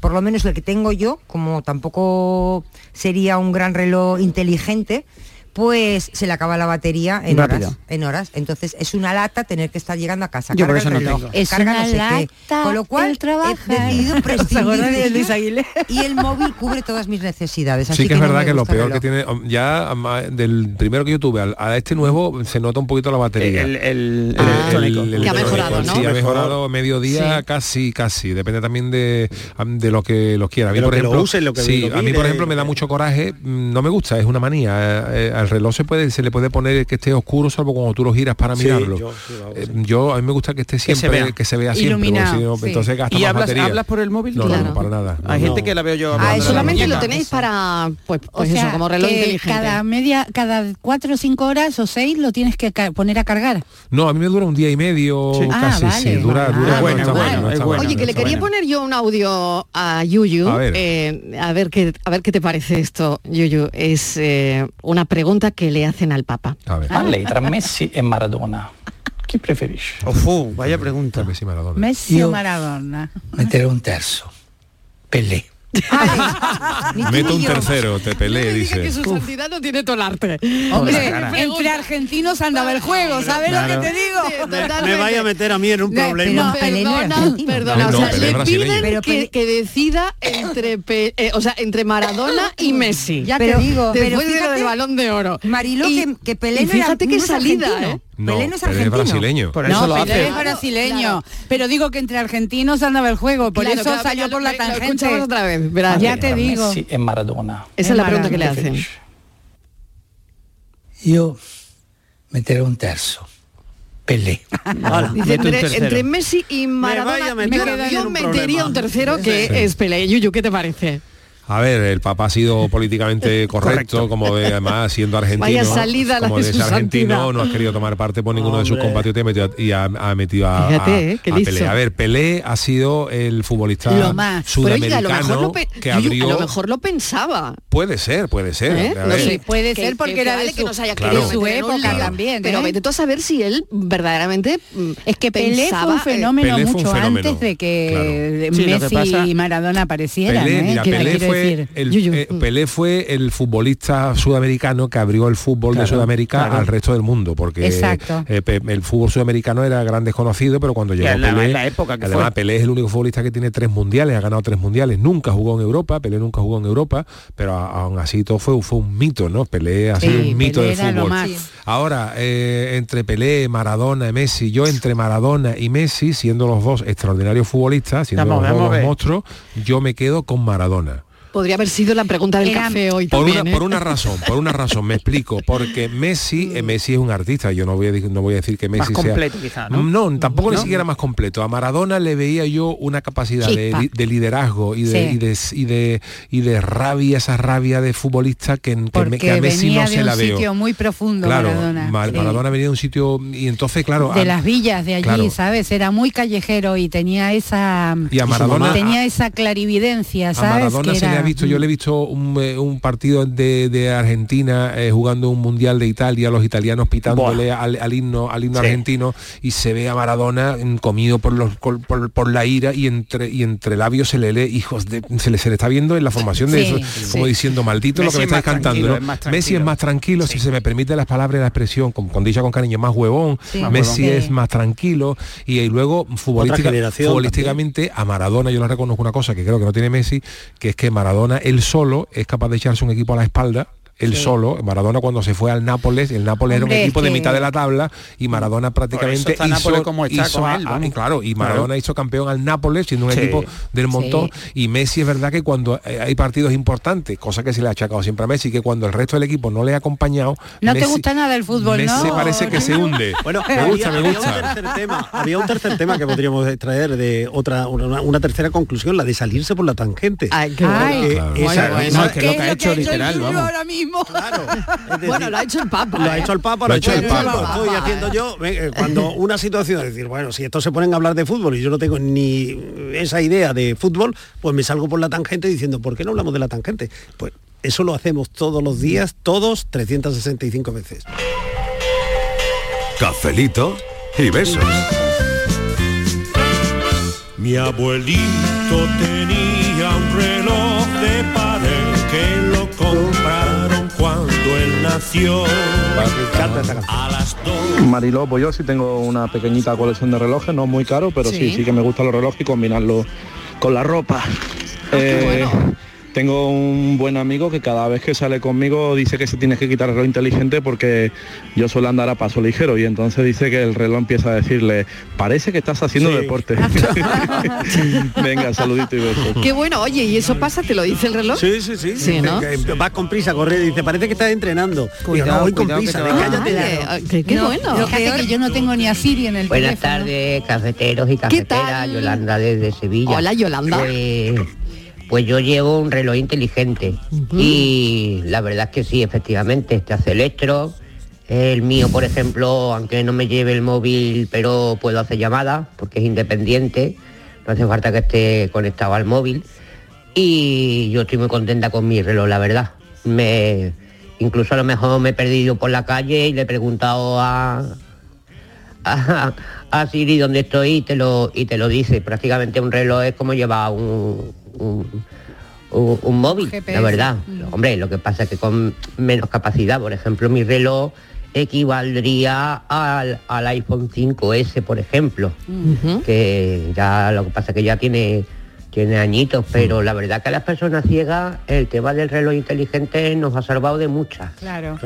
S10: Por lo menos el que tengo yo, como tampoco sería un gran reloj inteligente, pues se le acaba la batería en
S9: Rápido.
S10: horas. En horas. Entonces es una lata tener que estar llegando a casa.
S9: Yo por
S10: carga
S9: eso
S10: el
S9: no
S10: reloj,
S9: tengo.
S7: Es
S10: carga
S7: una
S10: no sé qué.
S7: lata
S10: Con lo cual
S7: el trabajar.
S10: he decidido prescindir
S7: acordáis de
S10: de
S7: Luis
S10: ello
S7: Aguilera?
S10: y el móvil cubre todas mis necesidades. así
S5: Sí que es
S10: no
S5: verdad
S10: me
S5: que lo
S10: gusta el
S5: peor que
S10: reloj.
S5: tiene, um, ya ama- del primero que yo tuve al- a este nuevo, se nota un poquito la batería.
S9: El, el, el
S3: Ah,
S9: electrónico.
S5: El- el
S3: Que ha
S5: electrónico,
S3: mejorado, ¿no?
S5: Sí, ha mejorado mediodía
S3: Sí.
S5: casi, casi. Depende también de, de lo que los quiera. A mí,
S8: De lo
S5: por
S8: que lo
S5: ejemplo,
S8: usen, lo que
S5: sí,
S8: lo eh.
S5: a mí,
S8: miren.
S5: por ejemplo, me da mucho coraje. mm, No me gusta, es una manía. Eh, eh, al reloj se puede se le puede poner que esté oscuro, salvo cuando tú lo giras para
S8: Sí,
S5: mirarlo. Eh,
S8: yo-
S5: Yo,
S8: yo lo hago, sí.
S5: a mí me gusta que esté
S9: se
S5: siempre, que se
S9: vea.
S5: vea, siempre. porque
S7: Iluminado,
S5: si no,
S7: sí.
S5: Entonces gasta
S9: ¿Y
S5: más
S9: hablas,
S5: batería.
S9: hablas por el móvil?
S5: No, no,
S3: Claro.
S5: no, para nada.
S9: Hay
S5: No.
S9: gente que la veo yo.
S10: Ah,
S9: hablando de la
S3: Solamente lo
S9: muñeca.
S3: tenéis para, pues,
S7: O
S3: pues
S7: sea,
S3: eso, como reloj
S7: que
S3: inteligente.
S7: cada media, cada cuatro o cinco horas o seis lo tienes que ca- poner a cargar.
S5: No, a mí me dura un día y medio,
S9: Sí.
S7: Ah,
S5: casi,
S7: vale,
S5: sí, dura,
S7: vale.
S5: dura.
S7: Ah,
S5: no
S7: bueno,
S5: está
S7: bueno,
S5: no
S9: es
S5: está
S9: bueno.
S3: Oye, que le
S9: está
S3: quería
S9: bueno.
S3: poner yo un audio a Yuyu.
S5: A ver.
S3: Eh, a ver qué, a ver qué te parece esto, Yuyu. Es eh, una pregunta que le hacen al Papa.
S5: A ver,
S11: Parley tra Messi e Maradona. Chi preferisci?
S9: Ofu, vaya pregunta.
S5: Messi Maradona.
S7: Messi o
S11: Yo-
S7: Maradona.
S11: Mettere un terzo. Pelé.
S10: Ni tú ni
S5: Meto un
S10: yo.
S5: tercero, te peleé, dice.
S3: su santidad no tiene tolarte.
S9: Hombre,
S7: Entre argentinos andaba el juego, ¿sabes lo que te digo?
S8: Me vaya a meter a mí en un
S7: No,
S8: problema.
S7: pero- Pelé no era
S3: perdona,
S7: argentino.
S3: perdona,
S5: No,
S3: o
S5: no,
S3: sea,
S5: Pelé
S3: le
S5: es brasileño.
S3: piden
S10: Pero
S3: que,
S10: Pelé-
S3: que decida entre, Pe- eh, o sea, entre Maradona y Messi.
S10: Ya te digo, pero
S3: después de lo
S10: fíjate-
S3: del Balón de Oro.
S10: Mariló,
S3: Y-
S10: que, que Pelé
S3: y
S10: no era-
S3: fíjate qué
S10: no es
S3: salida,
S10: argentino.
S3: ¿eh?
S5: No,
S10: Pelé no es
S5: Pelé
S10: argentino.
S5: brasileño.
S9: Por eso
S7: No,
S9: lo
S7: Pelé
S9: hace.
S7: es brasileño, pero digo que entre argentinos andaba el juego, por
S3: Claro,
S7: eso
S3: claro,
S7: salió
S3: lo-
S7: por la
S3: lo
S7: tangente.
S3: escuchamos otra vez, verás.
S7: Ya te
S11: Tra
S7: digo.
S11: Messi e Maradona.
S3: Esa es la pregunta que le hacen.
S11: Preferisci? Io metterei un terzo. Pelé.
S8: Ala,
S3: Dice,
S9: Mete un
S3: entre,
S9: tercero.
S3: entre Messi y
S8: vaya
S3: Maradona,
S8: a meter
S3: yo-
S8: a mí en
S3: yo
S8: un
S3: metería
S8: problema.
S3: un tercero que
S5: Sí.
S3: es Pelé. Yuyu, ¿qué te parece?
S5: A ver, el Papa ha sido políticamente correcto,
S9: Correcto.
S5: como de, además siendo argentino,
S3: Vaya salida la
S5: como
S3: de
S5: de
S3: su
S5: ser argentino,
S3: santidad.
S5: no has querido tomar parte por ninguno de sus
S8: Hombre.
S5: compatriotas y, metió- y ha, ha metido a,
S3: Fíjate,
S5: a-
S3: eh, qué
S5: a
S3: listo.
S5: Pelé. A ver, Pelé ha sido el futbolista
S7: Lo más.
S3: Pero oye, a lo
S5: sudamericano
S3: mejor lo, pe-
S5: que
S3: Yuyu,
S5: abrió.
S3: a lo mejor lo pensaba.
S5: Puede ser, puede ser.
S3: ¿eh?
S5: A
S3: No
S5: ver.
S3: sé,
S7: Puede ser porque era de
S3: vale
S7: su-
S3: que nos haya
S5: Claro.
S3: querido
S5: de su
S3: meter en un
S7: época
S3: lío,
S7: también,
S3: Pero
S7: ¿eh?
S3: vete tú a saber si él verdaderamente mm,
S7: Es que Pelé fue
S3: pensaba,
S7: un
S3: eh,
S7: fenómeno
S5: Pelé fue un
S7: mucho
S5: fenómeno,
S7: antes de que
S5: claro.
S7: de
S9: Sí, lo que
S7: Messi
S9: pasa-
S7: y Maradona aparecieran.
S5: Pelé,
S7: ¿eh?
S5: mira,
S7: Que te
S5: Pelé
S7: quiero
S5: fue fue
S7: decir.
S5: el, eh, Pelé fue el futbolista sudamericano que abrió el fútbol de
S9: Claro,
S5: Sudamérica
S9: claro.
S5: al resto del mundo, porque
S9: Exacto.
S5: eh, Pe- el fútbol sudamericano era gran desconocido, pero cuando llegó
S9: en la-
S5: Pelé,
S9: en la época que
S5: además
S9: fue.
S5: Pelé es el único futbolista que tiene tres mundiales, ha ganado tres mundiales, nunca jugó en Europa, Pelé nunca jugó en Europa, pero a- aún así todo fue, fue un mito, ¿no? Pelé ha
S12: Sí,
S5: sido un mito
S12: Pelé
S5: del
S12: era lo
S5: fútbol.
S12: máximo.
S5: Ahora, eh, entre Pelé, Maradona y Messi, yo entre Maradona y Messi, siendo los dos extraordinarios futbolistas, siendo
S9: Vamos,
S5: los dos
S9: vamos a ver.
S5: monstruos, yo me quedo con Maradona.
S3: Podría haber sido la pregunta del café hoy
S5: Por
S3: también.
S5: una,
S3: ¿eh?
S5: por una razón, por una razón, me explico, porque Messi, eh, Messi es un artista, yo no voy a, dic- no voy a decir que Messi
S9: Más completo
S5: sea...
S9: quizá, ¿no?
S5: ¿no? tampoco ni
S9: ¿No?
S5: siquiera más completo. A Maradona le veía yo una capacidad de,
S9: Chispa.
S5: li- de liderazgo y de,
S9: Sí.
S5: y, de, y, de, y de rabia, esa rabia de futbolista que, que me- que
S7: Porque
S5: a Messi
S7: venía
S5: no
S7: de
S5: se
S7: un
S5: la veo.
S7: sitio muy profundo
S5: claro,
S7: Maradona.
S5: Mar-
S7: sí.
S5: Maradona venía de un sitio y entonces, claro,
S7: de
S5: a-
S7: las villas de allí,
S5: claro.
S7: ¿sabes? Era muy callejero y tenía esa
S5: Y a Maradona-
S7: tenía esa clarividencia,
S5: A
S7: ¿sabes?
S5: Maradona
S7: Que
S5: se le
S7: era-
S5: ha visto, yo le he visto un, eh, un partido de, de Argentina eh, jugando un mundial de Italia, los italianos pitándole al, al himno, al himno
S9: Sí.
S5: argentino y se ve a Maradona mm, comido por, los, col- por, por la ira y entre y entre labios se le lee, hijos de, se le, se le está viendo en la formación de
S9: Sí,
S5: eso,
S9: sí.
S5: como diciendo maldito
S9: Messi
S5: lo
S9: es
S5: que me
S9: más
S5: estás cantando.
S9: tranquilo,
S5: ¿no?
S9: es más
S5: Messi es
S9: tranquilo.
S5: más tranquilo, si se me permite las palabras, la expresión, con, con dicha con cariño, más huevón,
S9: Sí. Más
S5: Messi
S9: huevón.
S5: es más tranquilo y, y luego futbolística-
S8: generación
S5: futbolísticamente Obviamente, a Maradona yo le reconozco una cosa que creo que no tiene Messi, que es que Maradona él solo es capaz de echarse un equipo a la espalda. Él solo, Maradona cuando se fue al Nápoles, el Nápoles era
S9: Hombre,
S5: un
S9: es
S5: equipo de
S9: que-
S5: mitad de la tabla y Maradona prácticamente
S9: está Nápoles como está
S5: hizo
S9: con
S5: a-
S9: él,
S5: a-
S9: vamos.
S5: y claro, y Maradona
S9: Claro.
S5: hizo campeón al Nápoles siendo un
S9: Sí.
S5: equipo del montón
S9: Sí.
S5: y Messi es verdad que cuando eh, hay partidos importantes, cosa que se le ha achacado siempre a Messi, que cuando el resto del equipo no le ha acompañado,
S7: No te
S5: Messi-
S7: gusta nada el fútbol,
S5: Messi
S7: ¿no?
S5: parece que se hunde.
S8: Bueno,
S5: me gusta, me
S8: había- había
S5: gusta.
S8: un tercer tema, había un tercer tema que podríamos extraer de otra una, una tercera conclusión, la de salirse por la tangente.
S3: qué bueno.
S8: Porque
S3: Ay, claro.
S8: esa-
S3: Bueno,
S8: esa-
S3: bueno, ¿qué es lo que ha hecho el Junior ahora mismo. bueno, lo ha hecho el Papa.
S8: Lo ha
S3: ¿eh?
S8: hecho el Papa,
S3: Lo ha hecho el
S8: Lo
S3: Papa.
S8: estoy haciendo yo. eh, eh, Cuando una situación, es decir, bueno, si estos se ponen a hablar de fútbol y yo no tengo ni esa idea de fútbol, pues me salgo por la tangente diciendo, ¿por qué no hablamos de la tangente? Pues eso lo hacemos todos los días, todos 365 veces.
S1: Cafelito y besos.
S13: Mi abuelito tenía un reloj de pared que lo compraron cuando él nació. A las dos.
S14: Mariló, pues yo sí tengo una pequeñita colección de relojes, no muy caro, pero sí,
S13: Sí.
S14: sí, que me gustan los relojes y combinarlo con la ropa. Eh, Tengo un buen amigo que cada vez que sale conmigo dice que se tiene que quitar el reloj inteligente porque yo suelo andar a paso ligero y entonces dice que el reloj empieza a decirle, parece que estás haciendo deporte. Venga, saludito y
S5: Mm.
S14: besos.
S3: Qué bueno, oye, ¿y eso pasa? ¿Te lo dice el reloj?
S8: Sí, sí, sí.
S3: Sí, ¿no?
S8: Que em, Vas con prisa, corre, dice, parece que estás entrenando. Digo,
S3: Cuidado,
S8: no, voy con
S3: cuidado que
S8: prisa,
S3: te va-
S8: de- cállate ya.
S3: Vale, ah, qué- qué
S7: No,
S3: bueno.
S7: fíjate que yo no tengo ni a Siri en el
S15: Buenas
S7: teléfono.
S15: tardes, cafeteros y cafeteras.
S7: tal?
S15: Yolanda desde Sevilla.
S7: Hola, Yolanda.
S15: Pues, pues yo llevo un reloj inteligente y la verdad es que sí, efectivamente, este hace electro. El mío, por ejemplo, aunque no me lleve el móvil, pero puedo hacer llamadas porque es independiente. No hace falta que esté conectado al móvil. Y yo estoy muy contenta con mi reloj, la verdad. Me, incluso a lo mejor me he perdido por la calle y le he preguntado a, a, a Siri donde estoy y te lo y te lo dice. Prácticamente un reloj es como llevar un, un, un- un móvil,
S16: GPS.
S15: la verdad. Hombre, lo que pasa es que con menos capacidad, por ejemplo, mi reloj equivaldría al, al iPhone 5S, por ejemplo, Mm-hmm. que ya lo que pasa es que ya tiene tiene añitos, pero la verdad que a las personas ciegas el tema del reloj inteligente nos ha salvado de muchas.
S7: Claro.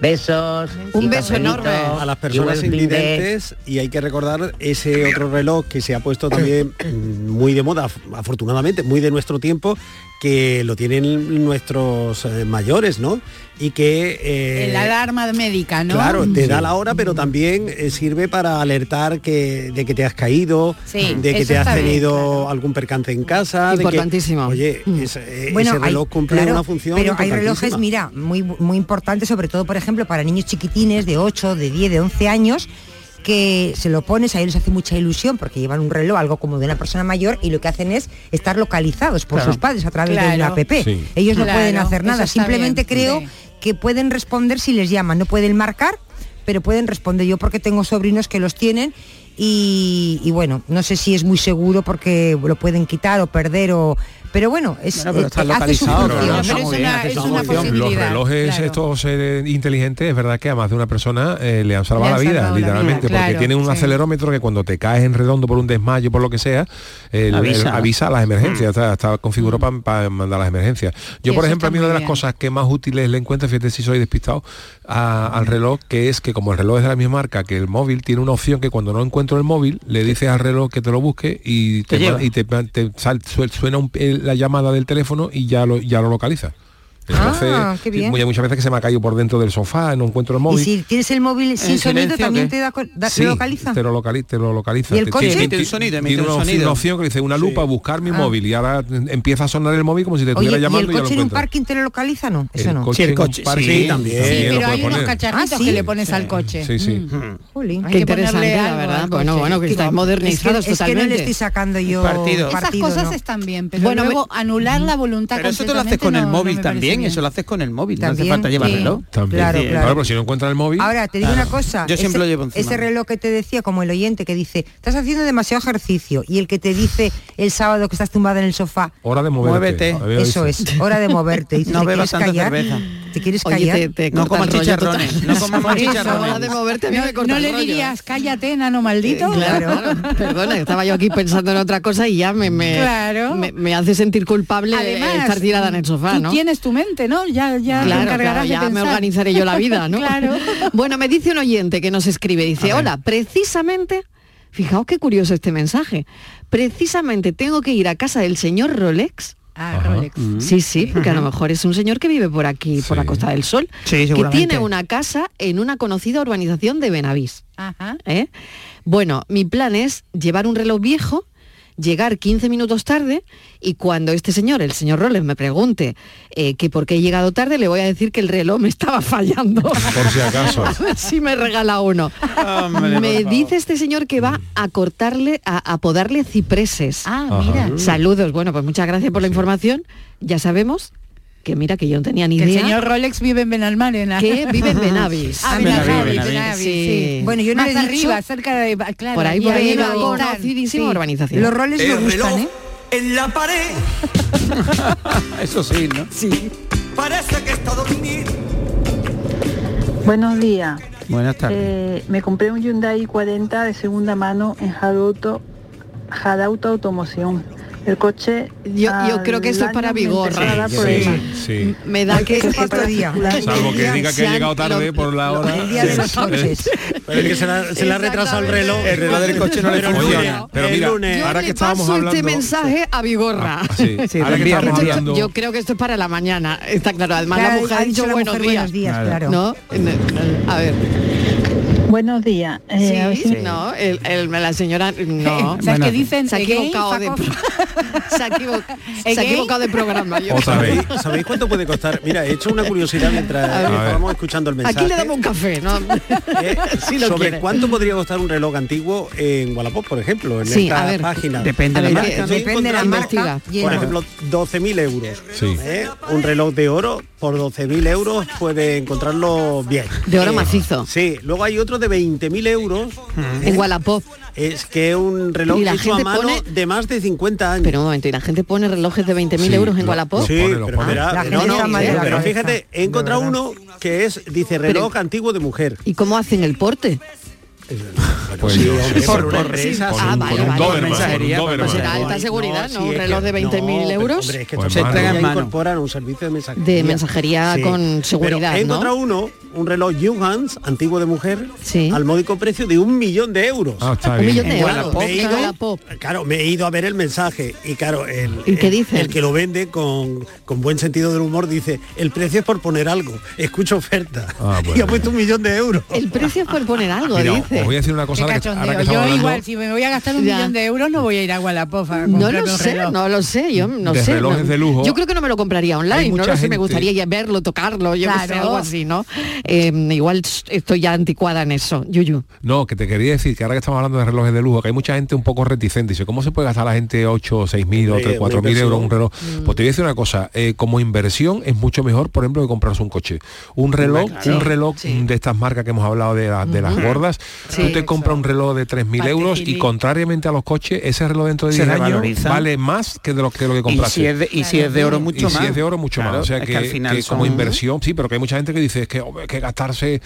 S15: Besos. y cafelitos,
S8: A las
S15: y
S8: personas
S15: buen fin de-
S8: invidentes y hay que recordar ese otro reloj que se ha puesto también mm, muy de moda, af- afortunadamente, muy de nuestro tiempo, que lo tienen nuestros eh, mayores, ¿no? Y que... eh,
S7: La alarma médica, ¿no?
S8: Claro, te da la hora, pero también eh, sirve para alertar que, de que te has caído,
S7: Sí,
S8: de que
S7: eso
S8: te has
S7: está bien,
S8: tenido algún percance en casa. de que-
S3: Importantísimo.
S8: oye, eh, ese, ese
S10: Bueno, hay-
S8: reloj cumple
S10: claro,
S8: una función.
S10: Pero hay relojes,
S8: importantísima.
S10: mira, muy, muy importantes, sobre todo, por ejemplo, para niños chiquitines de 8, de 10, de 11 años, que se lo pones, a ellos les hace mucha ilusión porque llevan un reloj, algo como de una persona mayor, y lo que hacen es estar localizados por
S6: Claro.
S10: sus padres a través de
S6: Claro.
S10: una app.
S6: Sí.
S10: Ellos no
S6: Claro,
S10: pueden hacer nada,
S6: eso está
S10: simplemente
S6: bien,
S10: creo
S6: sí.
S10: que pueden responder si les llaman, no pueden marcar, pero pueden responder. Yo porque tengo sobrinos que los tienen. Y, y bueno, no sé si es muy seguro porque lo pueden quitar o perder o... Pero bueno, es,
S9: Bueno, pero
S10: eh,
S9: está
S10: hace su
S9: localizado,
S10: función.
S9: claro, está Pero muy es bien, una- hace es su una función.
S5: Los
S9: posibilidad,
S5: relojes
S9: claro.
S5: estos eh, inteligentes, es verdad que a más de una persona eh, le han salvado
S9: Le han
S5: la vida,
S9: salvado la
S5: literalmente,
S9: vida, claro,
S5: porque tienen un
S9: sí.
S5: acelerómetro que cuando te caes en redondo por un desmayo, por lo que sea, el- el- avisa,
S9: Avisa.
S5: a las emergencias, está, está configurado para, mandar las emergencias. Yo,
S9: Y
S5: por
S9: eso
S5: ejemplo, a
S9: está
S5: mí una
S9: muy
S5: de las
S9: bien.
S5: cosas que más útiles le encuentro, fíjate si soy despistado, a- al reloj, que es que como el reloj es de la misma marca que el móvil, tiene una opción que cuando no encuentro el móvil, le dices al reloj que te lo busque y te,
S9: Te lleva.
S5: ma- y te, ma- te sal- suel- suena un- eh, la llamada del teléfono y ya lo, ya lo localiza. Entonces,
S10: Ah, qué bien.
S5: mu- muchas veces que se me ha caído por dentro del sofá, no encuentro el
S10: Y
S5: móvil.
S10: si tienes el móvil sin
S5: ¿En
S10: sonido,
S5: silencio o
S10: también
S5: qué?
S10: te da, co- da-
S5: Sí,
S10: lo localiza.
S5: Te lo localiza. Te lo localiza.
S10: ¿Y el
S5: Te-
S10: coche?
S5: tiene-
S10: Emite un
S5: ti-
S10: sonido,
S5: tiene
S9: emite
S5: una
S9: un
S5: opción-
S9: sonido.
S5: una opción que dice una lupa, buscar mi
S10: Ah.
S5: móvil. Y ahora mm, empieza a sonar el móvil como si te
S10: Oye,
S5: estuviera
S10: ¿y
S5: llamando
S10: el
S5: y ya lo
S10: coche en un
S5: encuentras.
S10: parking te lo localiza, no? Eso no. Ah,
S5: en un parking
S7: Sí,
S5: lo
S7: pero
S5: puedes
S7: hay unos
S5: poner.
S7: cacharritos que le pones al coche.
S5: Sí, sí.
S10: Mm. Jolín.
S7: Hay
S3: Hmm. Qué
S7: que ponerle
S3: interesante, la
S7: algo
S3: verdad.
S7: al
S3: Bueno,
S7: coche.
S3: bueno, que
S7: Es
S3: estáis modernizados
S10: es que, es que no le
S3: totalmente.
S10: estoy sacando yo
S9: Partido.
S10: partido.
S9: Esas
S7: Esas cosas
S10: no.
S7: están bien, pero
S10: Bueno,
S7: luego anular la voluntad
S9: Pero eso te lo haces con el
S7: completamente no-
S9: móvil
S7: no me parece
S9: también,
S7: bien.
S9: eso lo haces con el móvil, no
S10: También,
S9: hace falta llevar
S10: sí.
S9: reloj.
S10: También. Claro,
S9: Es decir,
S10: claro.
S5: Claro, pero pues si no encuentras el móvil.
S10: Ahora, te digo
S9: Claro.
S10: una cosa.
S9: Yo siempre
S10: ese,
S9: lo llevo encima.
S10: Ese reloj que te decía, como el oyente que dice, estás haciendo demasiado ejercicio. Y el que te dice el sábado que estás tumbada en el sofá.
S5: Hora de moverte. A ver,
S10: Eso
S5: dice.
S10: es, hora de moverte. Y
S9: No
S10: ¿te
S9: bebas
S10: quieres
S9: tanta
S10: callar?
S9: cerveza.
S10: ¿Te quieres
S9: Oye,
S10: callar?
S9: te- te No corta comas el rollo chicharrones, total. no comas más chicharrones.
S3: Hora de moverte, a mí
S7: No,
S3: me corta
S7: no
S3: el
S7: le
S3: rollo. Eh,
S7: dirías, cállate, enano maldito.
S3: Claro, perdona, estaba yo aquí pensando en otra cosa y ya me, me,
S7: Claro.
S3: me, me hace sentir culpable
S7: Además,
S3: de estar tirada en el sofá,
S7: Tú
S3: ¿no?
S7: tienes tu mente, ¿no? Ya, ya
S3: Claro,
S7: te encargarás
S3: claro, ya
S7: de pensar.
S3: me organizaré yo la vida, ¿no?
S7: claro.
S3: Bueno, me dice un oyente que nos escribe, dice, hola, precisamente, fijaos qué curioso este mensaje, precisamente tengo que ir a casa del señor Rolex.
S7: Ah, Rolex.
S3: Sí, sí, porque a lo mejor es un señor que vive por aquí, por la Costa del Sol, que
S7: seguramente.
S3: tiene una casa en una conocida urbanización de Benavís.
S7: Ajá.
S3: ¿eh? Bueno, mi plan es llevar un reloj viejo, llegar 15 minutos tarde y cuando este señor, el señor Roles, me pregunte eh, que por qué he llegado tarde, le voy a decir que el reloj me estaba fallando.
S5: Por si acaso.
S3: A ver si me regala uno.
S5: Hombre,
S3: me
S5: por favor.
S3: dice este señor que va a cortarle, a, a podarle cipreses.
S7: Ah, mira. Ajá.
S3: Saludos. Bueno, pues muchas gracias por la información. Ya sabemos que mira que yo no tenía ni
S7: Que el
S3: idea.
S7: señor Rolex vive en Benalmádena.
S3: Que vive en Benavis.
S7: Ah,
S3: Benavis,
S7: Benavis,
S3: Benavis.
S7: Benavis,
S3: Sí.
S7: sí.
S3: Bueno, yo no
S7: Más
S3: le he dicho-
S7: arriba, cerca de... Claro,
S3: Por ahí,
S7: allí
S3: por ahí,
S7: hay
S3: la
S7: una
S3: conocidísima urbanización.
S7: Los Rolex me gustan, ¿eh?
S4: En la pared
S9: Eso sí, ¿no?
S4: Sí. parece que está dormido.
S12: Buenos días.
S9: Buenas tardes.
S12: Eh, me compré un Hyundai 40 de segunda mano en Hadauto, Hadauto Automoción. El coche...
S3: Yo- yo creo que esto
S12: esto
S3: es para Vigorra. Sí,
S5: sí.
S3: Me da que
S12: Porque otro día.
S5: Salvo que diga que he llegado tarde por la hora.
S8: el día de los coches. Pero es que se la- se le ha retrasado el reloj.
S5: El reloj del coche no le
S8: Pero el lunes,
S5: funciona. Pero
S8: el
S5: mira,
S8: lunes.
S5: ahora que estábamos
S3: Paso
S5: hablando. Ah,
S3: este mensaje a Vigorra.
S5: sí, ahora que estábamos
S3: Esto-
S5: hablando.
S3: Yo creo que esto es para la mañana, está claro. Además
S12: Claro,
S3: la mujer
S12: ha
S3: ha
S12: dicho
S3: dicho
S12: la
S3: buenos
S12: mujer
S3: días.
S12: buenos días, Claro. claro.
S3: ¿No? A ver.
S12: Buenos días. Eh, a ver si me-
S3: No, el- el- la señora no.
S12: ¿Sabes Bueno. qué
S7: dicen?
S3: Se ha
S7: Again,
S3: equivocado de,
S7: fuck
S3: se ha equivo- se ha
S7: Again.
S3: equivocado de programa. yo-
S8: ¿Sabéis, ¿Sabéis cuánto puede costar? Mira, he hecho una curiosidad mientras
S3: A ver.
S8: estábamos escuchando el mensaje.
S3: Aquí le damos un café, ¿no?
S5: Eh,
S3: Si lo
S8: sobre
S3: quiere.
S8: cuánto podría costar un reloj antiguo en Wallapop, por ejemplo, en
S3: Sí,
S8: esta
S3: a ver.
S8: página.
S9: Depende
S3: de la
S8: Estoy
S3: marca. Depende de la
S8: encontrando,
S3: marca. Y el
S8: Por
S3: reloj.
S8: ejemplo, 12.000 euros. ¿eh? Un reloj de oro por 12.000 euros puede encontrarlo bien.
S3: De oro
S8: Eh,
S3: macizo.
S8: Sí, luego hay otro de 20.000 euros.
S3: En Wallapop.
S8: Es que es un reloj
S3: Y la
S8: hecho a
S3: gente
S8: mano
S3: pone-
S8: de más de 50 años.
S3: Pero un momento, ¿y la gente pone relojes de 20.000
S8: Sí,
S3: euros en
S8: lo-
S3: Wallapop?
S8: Sí, pero, espera,
S3: Ah,
S8: no, no, pero fíjate, he
S3: De
S8: encontrado
S3: verdad.
S8: uno que es, dice, reloj antiguo de mujer.
S3: ¿Y cómo hacen el porte?
S5: Pues yo sé,
S8: por
S5: por-
S8: una
S5: por
S3: ah,
S8: empresa,
S5: un-
S8: sí.
S9: Ah,
S5: por un
S8: vale,
S5: Doberman,
S8: vale.
S5: por un
S8: Mensajería,
S5: Doberman.
S8: pues
S3: Será alta
S8: Ay,
S3: seguridad,
S8: no,
S3: ¿no?
S8: sí,
S3: Un
S8: es
S3: reloj
S8: que-
S3: de 20.000
S8: no,
S3: euros.
S8: Hombre, es que
S5: Pues
S8: estos
S5: mano.
S8: ya
S5: Se entrega en mano.
S8: incorporan un servicio de mensajería.
S3: De mensajería con seguridad,
S8: Pero
S3: ¿no?
S8: he encontrado uno, un reloj Junghans, antiguo de mujer, al módico precio de un millón de euros.
S5: Ah, está Un bien. millón de
S8: En
S5: euros,
S8: Wallapop,
S5: en
S8: me he ido-
S3: Wallapop.
S8: Claro, me he ido a ver el mensaje y claro, el,
S3: ¿Y qué
S8: el-
S3: dice?
S8: el que lo vende con, con buen sentido del humor dice, el precio es por poner algo, escucho oferta.
S5: Ah,
S8: Y ha puesto un millón de euros.
S3: El precio es por poner algo,
S8: Mira,
S3: dice.
S5: Os voy a decir una cosa ahora que,
S7: Cachondeo.
S5: ahora que
S7: Yo
S5: estamos hablando
S7: igual, si me voy a gastar un
S3: Ya.
S7: millón de euros, no voy a ir a Wallapop a
S3: No
S7: comprarme
S3: lo
S7: un
S3: sé,
S7: reloj.
S3: no lo sé, yo no
S5: De
S3: sé.
S5: relojes
S3: no-
S5: de lujo.
S3: Yo creo que no me lo compraría
S5: Hay
S3: online, no
S5: mucha
S3: lo sé,
S5: gente-
S3: me gustaría ya verlo, tocarlo, yo que sé,
S7: Claro.
S3: algo así, ¿no? eh, igual estoy ya anticuada en eso, Yuyu.
S5: No, que te quería decir que ahora que estamos hablando de relojes de lujo, que hay mucha gente un poco reticente. Dice, ¿cómo se puede gastar la gente 8, 6 mil, o
S14: Hombre, Mm.
S5: 3, 4
S14: una
S5: mil euros
S14: inversión.
S5: un reloj? Pues te voy a decir una cosa, eh, como inversión es mucho mejor, por ejemplo, que comprarse un coche. Un reloj,
S14: claro.
S5: un reloj de estas marcas que hemos hablado de, la- de las
S14: Ujú.
S5: gordas,
S14: Sí.
S5: tú te compras un reloj de 3 mil euros y contrariamente a los coches, ese reloj dentro de
S9: Se
S5: 10 años
S9: revaloriza.
S5: vale más que de lo que, lo que compraste.
S9: si es de- y si es de oro, mucho
S5: Y si
S9: más.
S5: es de oro, mucho
S9: Claro,
S5: más. O sea
S9: es
S5: que,
S9: que al final
S5: que como
S9: son-
S5: inversión, sí, pero que hay mucha gente que dice es que, hombre, que gastarse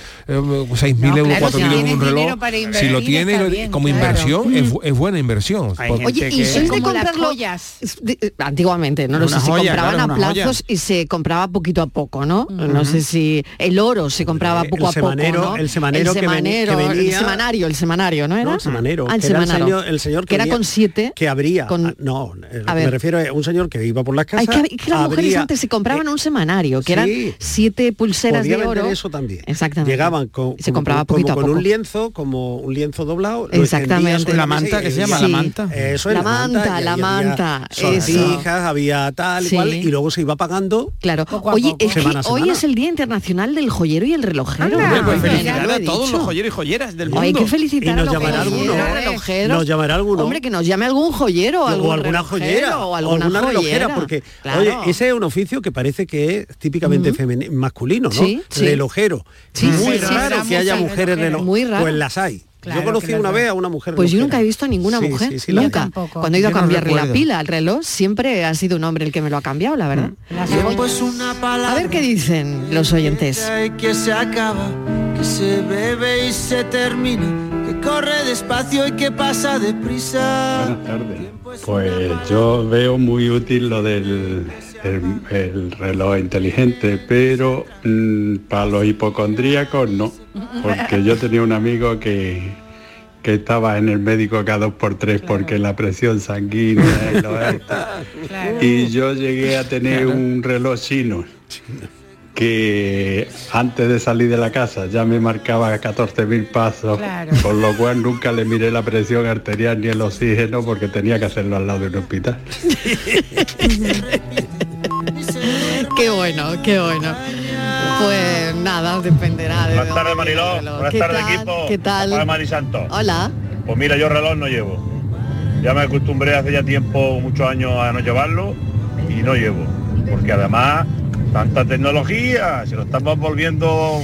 S5: 6 mil euros,
S3: claro,
S5: 4 mil
S3: si
S5: euros en
S3: tienes
S5: un reloj,
S3: dinero para
S5: si lo
S3: invertir,
S5: tienes
S3: está
S5: lo-
S3: bien,
S5: como
S3: claro.
S5: inversión, es, bu- es buena inversión. Porque-
S3: Oye, ¿y sois de comprarlo? Es de- eh, Antiguamente, no lo
S5: Una
S3: sé,
S5: joya,
S3: se compraban
S5: claro,
S3: a
S5: una
S3: plazos y se compraba poquito a poco, ¿no? No sé si el oro se compraba poco a
S8: semanero-
S3: poco, ¿no?
S8: Eh, el semanero
S3: el
S8: que ven- que
S3: semanero, el
S8: venía-
S3: semanario, el semanario, ¿no era?
S8: No, el semanero.
S3: Ah, el
S8: que era
S3: semanario.
S8: señor, el señor
S3: que era
S8: venía-
S3: con siete.
S8: Que habría.
S3: con-
S8: no, eh,
S3: A
S8: me
S3: ver.
S8: refiero a un señor que iba por las
S3: Ay,
S8: casas.
S3: que, que las mujeres
S8: abría- eh,
S3: antes se compraban un semanario, que
S8: sí.
S3: eran siete pulseras
S8: Podía
S3: de
S8: vender
S3: oro.
S8: eso también.
S3: Exactamente.
S8: Llegaban con,
S3: Se compraba
S8: como-
S3: poquito a
S8: como con
S3: poco.
S8: un lienzo, como un lienzo doblado. lo
S3: Exactamente.
S8: extendías sobre
S3: La
S8: mesa
S3: manta,
S8: y-
S3: que se
S8: y-
S3: llama, la
S8: sí.
S3: manta.
S8: Eso es
S3: La
S8: la manta.
S3: manta,
S8: y
S3: la
S8: había
S3: manta,
S8: Sortijas, había tal
S3: Sí.
S8: cual, y luego se iba pagando.
S3: Claro. Oye, es que
S8: semana a
S3: hoy
S8: semana.
S3: es el Día Internacional del Joyero y el Relojero.
S9: Hombre,
S8: Ah,
S9: pues
S3: Bueno,
S9: felicitar
S3: lo he
S9: a todos
S3: dicho.
S9: los joyeros y joyeras del mundo.
S3: Hay que felicitar
S9: Y
S3: a
S9: nos
S3: los
S9: llamará
S3: joyeros,
S9: alguno, ¿eh?
S3: relojeros.
S8: Nos llamará alguno.
S3: Hombre, que nos llame algún joyero o algún
S8: o alguna
S3: relojero,
S8: joyera
S3: o alguna, joyera.
S8: porque
S3: Claro.
S8: oye ese es un oficio que parece que es típicamente femeni- masculino no
S3: Sí, sí.
S8: relojero
S3: Sí,
S8: muy
S3: sí, sí,
S8: raro
S3: sí,
S8: que haya
S3: muchas
S8: mujeres
S3: relojeras.
S8: reloj
S3: Muy raro.
S8: pues las hay
S3: Claro
S8: yo
S3: que
S8: conocí
S3: las
S8: una
S3: hay.
S8: vez a una mujer
S3: Pues yo
S8: relojera.
S3: nunca he visto a ninguna
S8: Sí,
S3: mujer,
S8: sí, sí, la hay.
S3: nunca. Cuando he ido a
S8: Yo no
S3: cambiarle la
S8: recuerdo.
S3: pila al reloj, siempre ha sido un hombre el que me lo ha cambiado, la verdad.
S8: Mm.
S3: A ver qué dicen los oyentes.
S16: y que se acaba, que se bebe y se termina, que corre despacio y que pasa deprisa.
S6: Pues yo veo muy útil lo del el, el reloj inteligente, pero mm, para los hipocondríacos no, porque yo tenía un amigo que, que estaba en el médico cada dos por tres porque la presión sanguínea y lo esto. Y yo llegué a tener un reloj chino que antes de salir de la casa ya me marcaba 14.000 pasos,
S17: Claro.
S6: con lo cual nunca le miré la presión arterial ni el oxígeno porque tenía que hacerlo al lado de un hospital.
S3: Qué bueno, qué bueno. Pues nada, dependerá de...
S18: Buenas tardes, Mariló. Buenas
S3: ¿Qué
S18: tardes,
S3: tal?
S18: equipo.
S3: ¿Qué tal?
S18: Hola, Mari Santos.
S3: Hola.
S18: Pues mira, yo reloj no llevo. Ya me acostumbré hace ya tiempo, muchos años, a no llevarlo y no llevo. Porque además, tanta tecnología, se lo estamos volviendo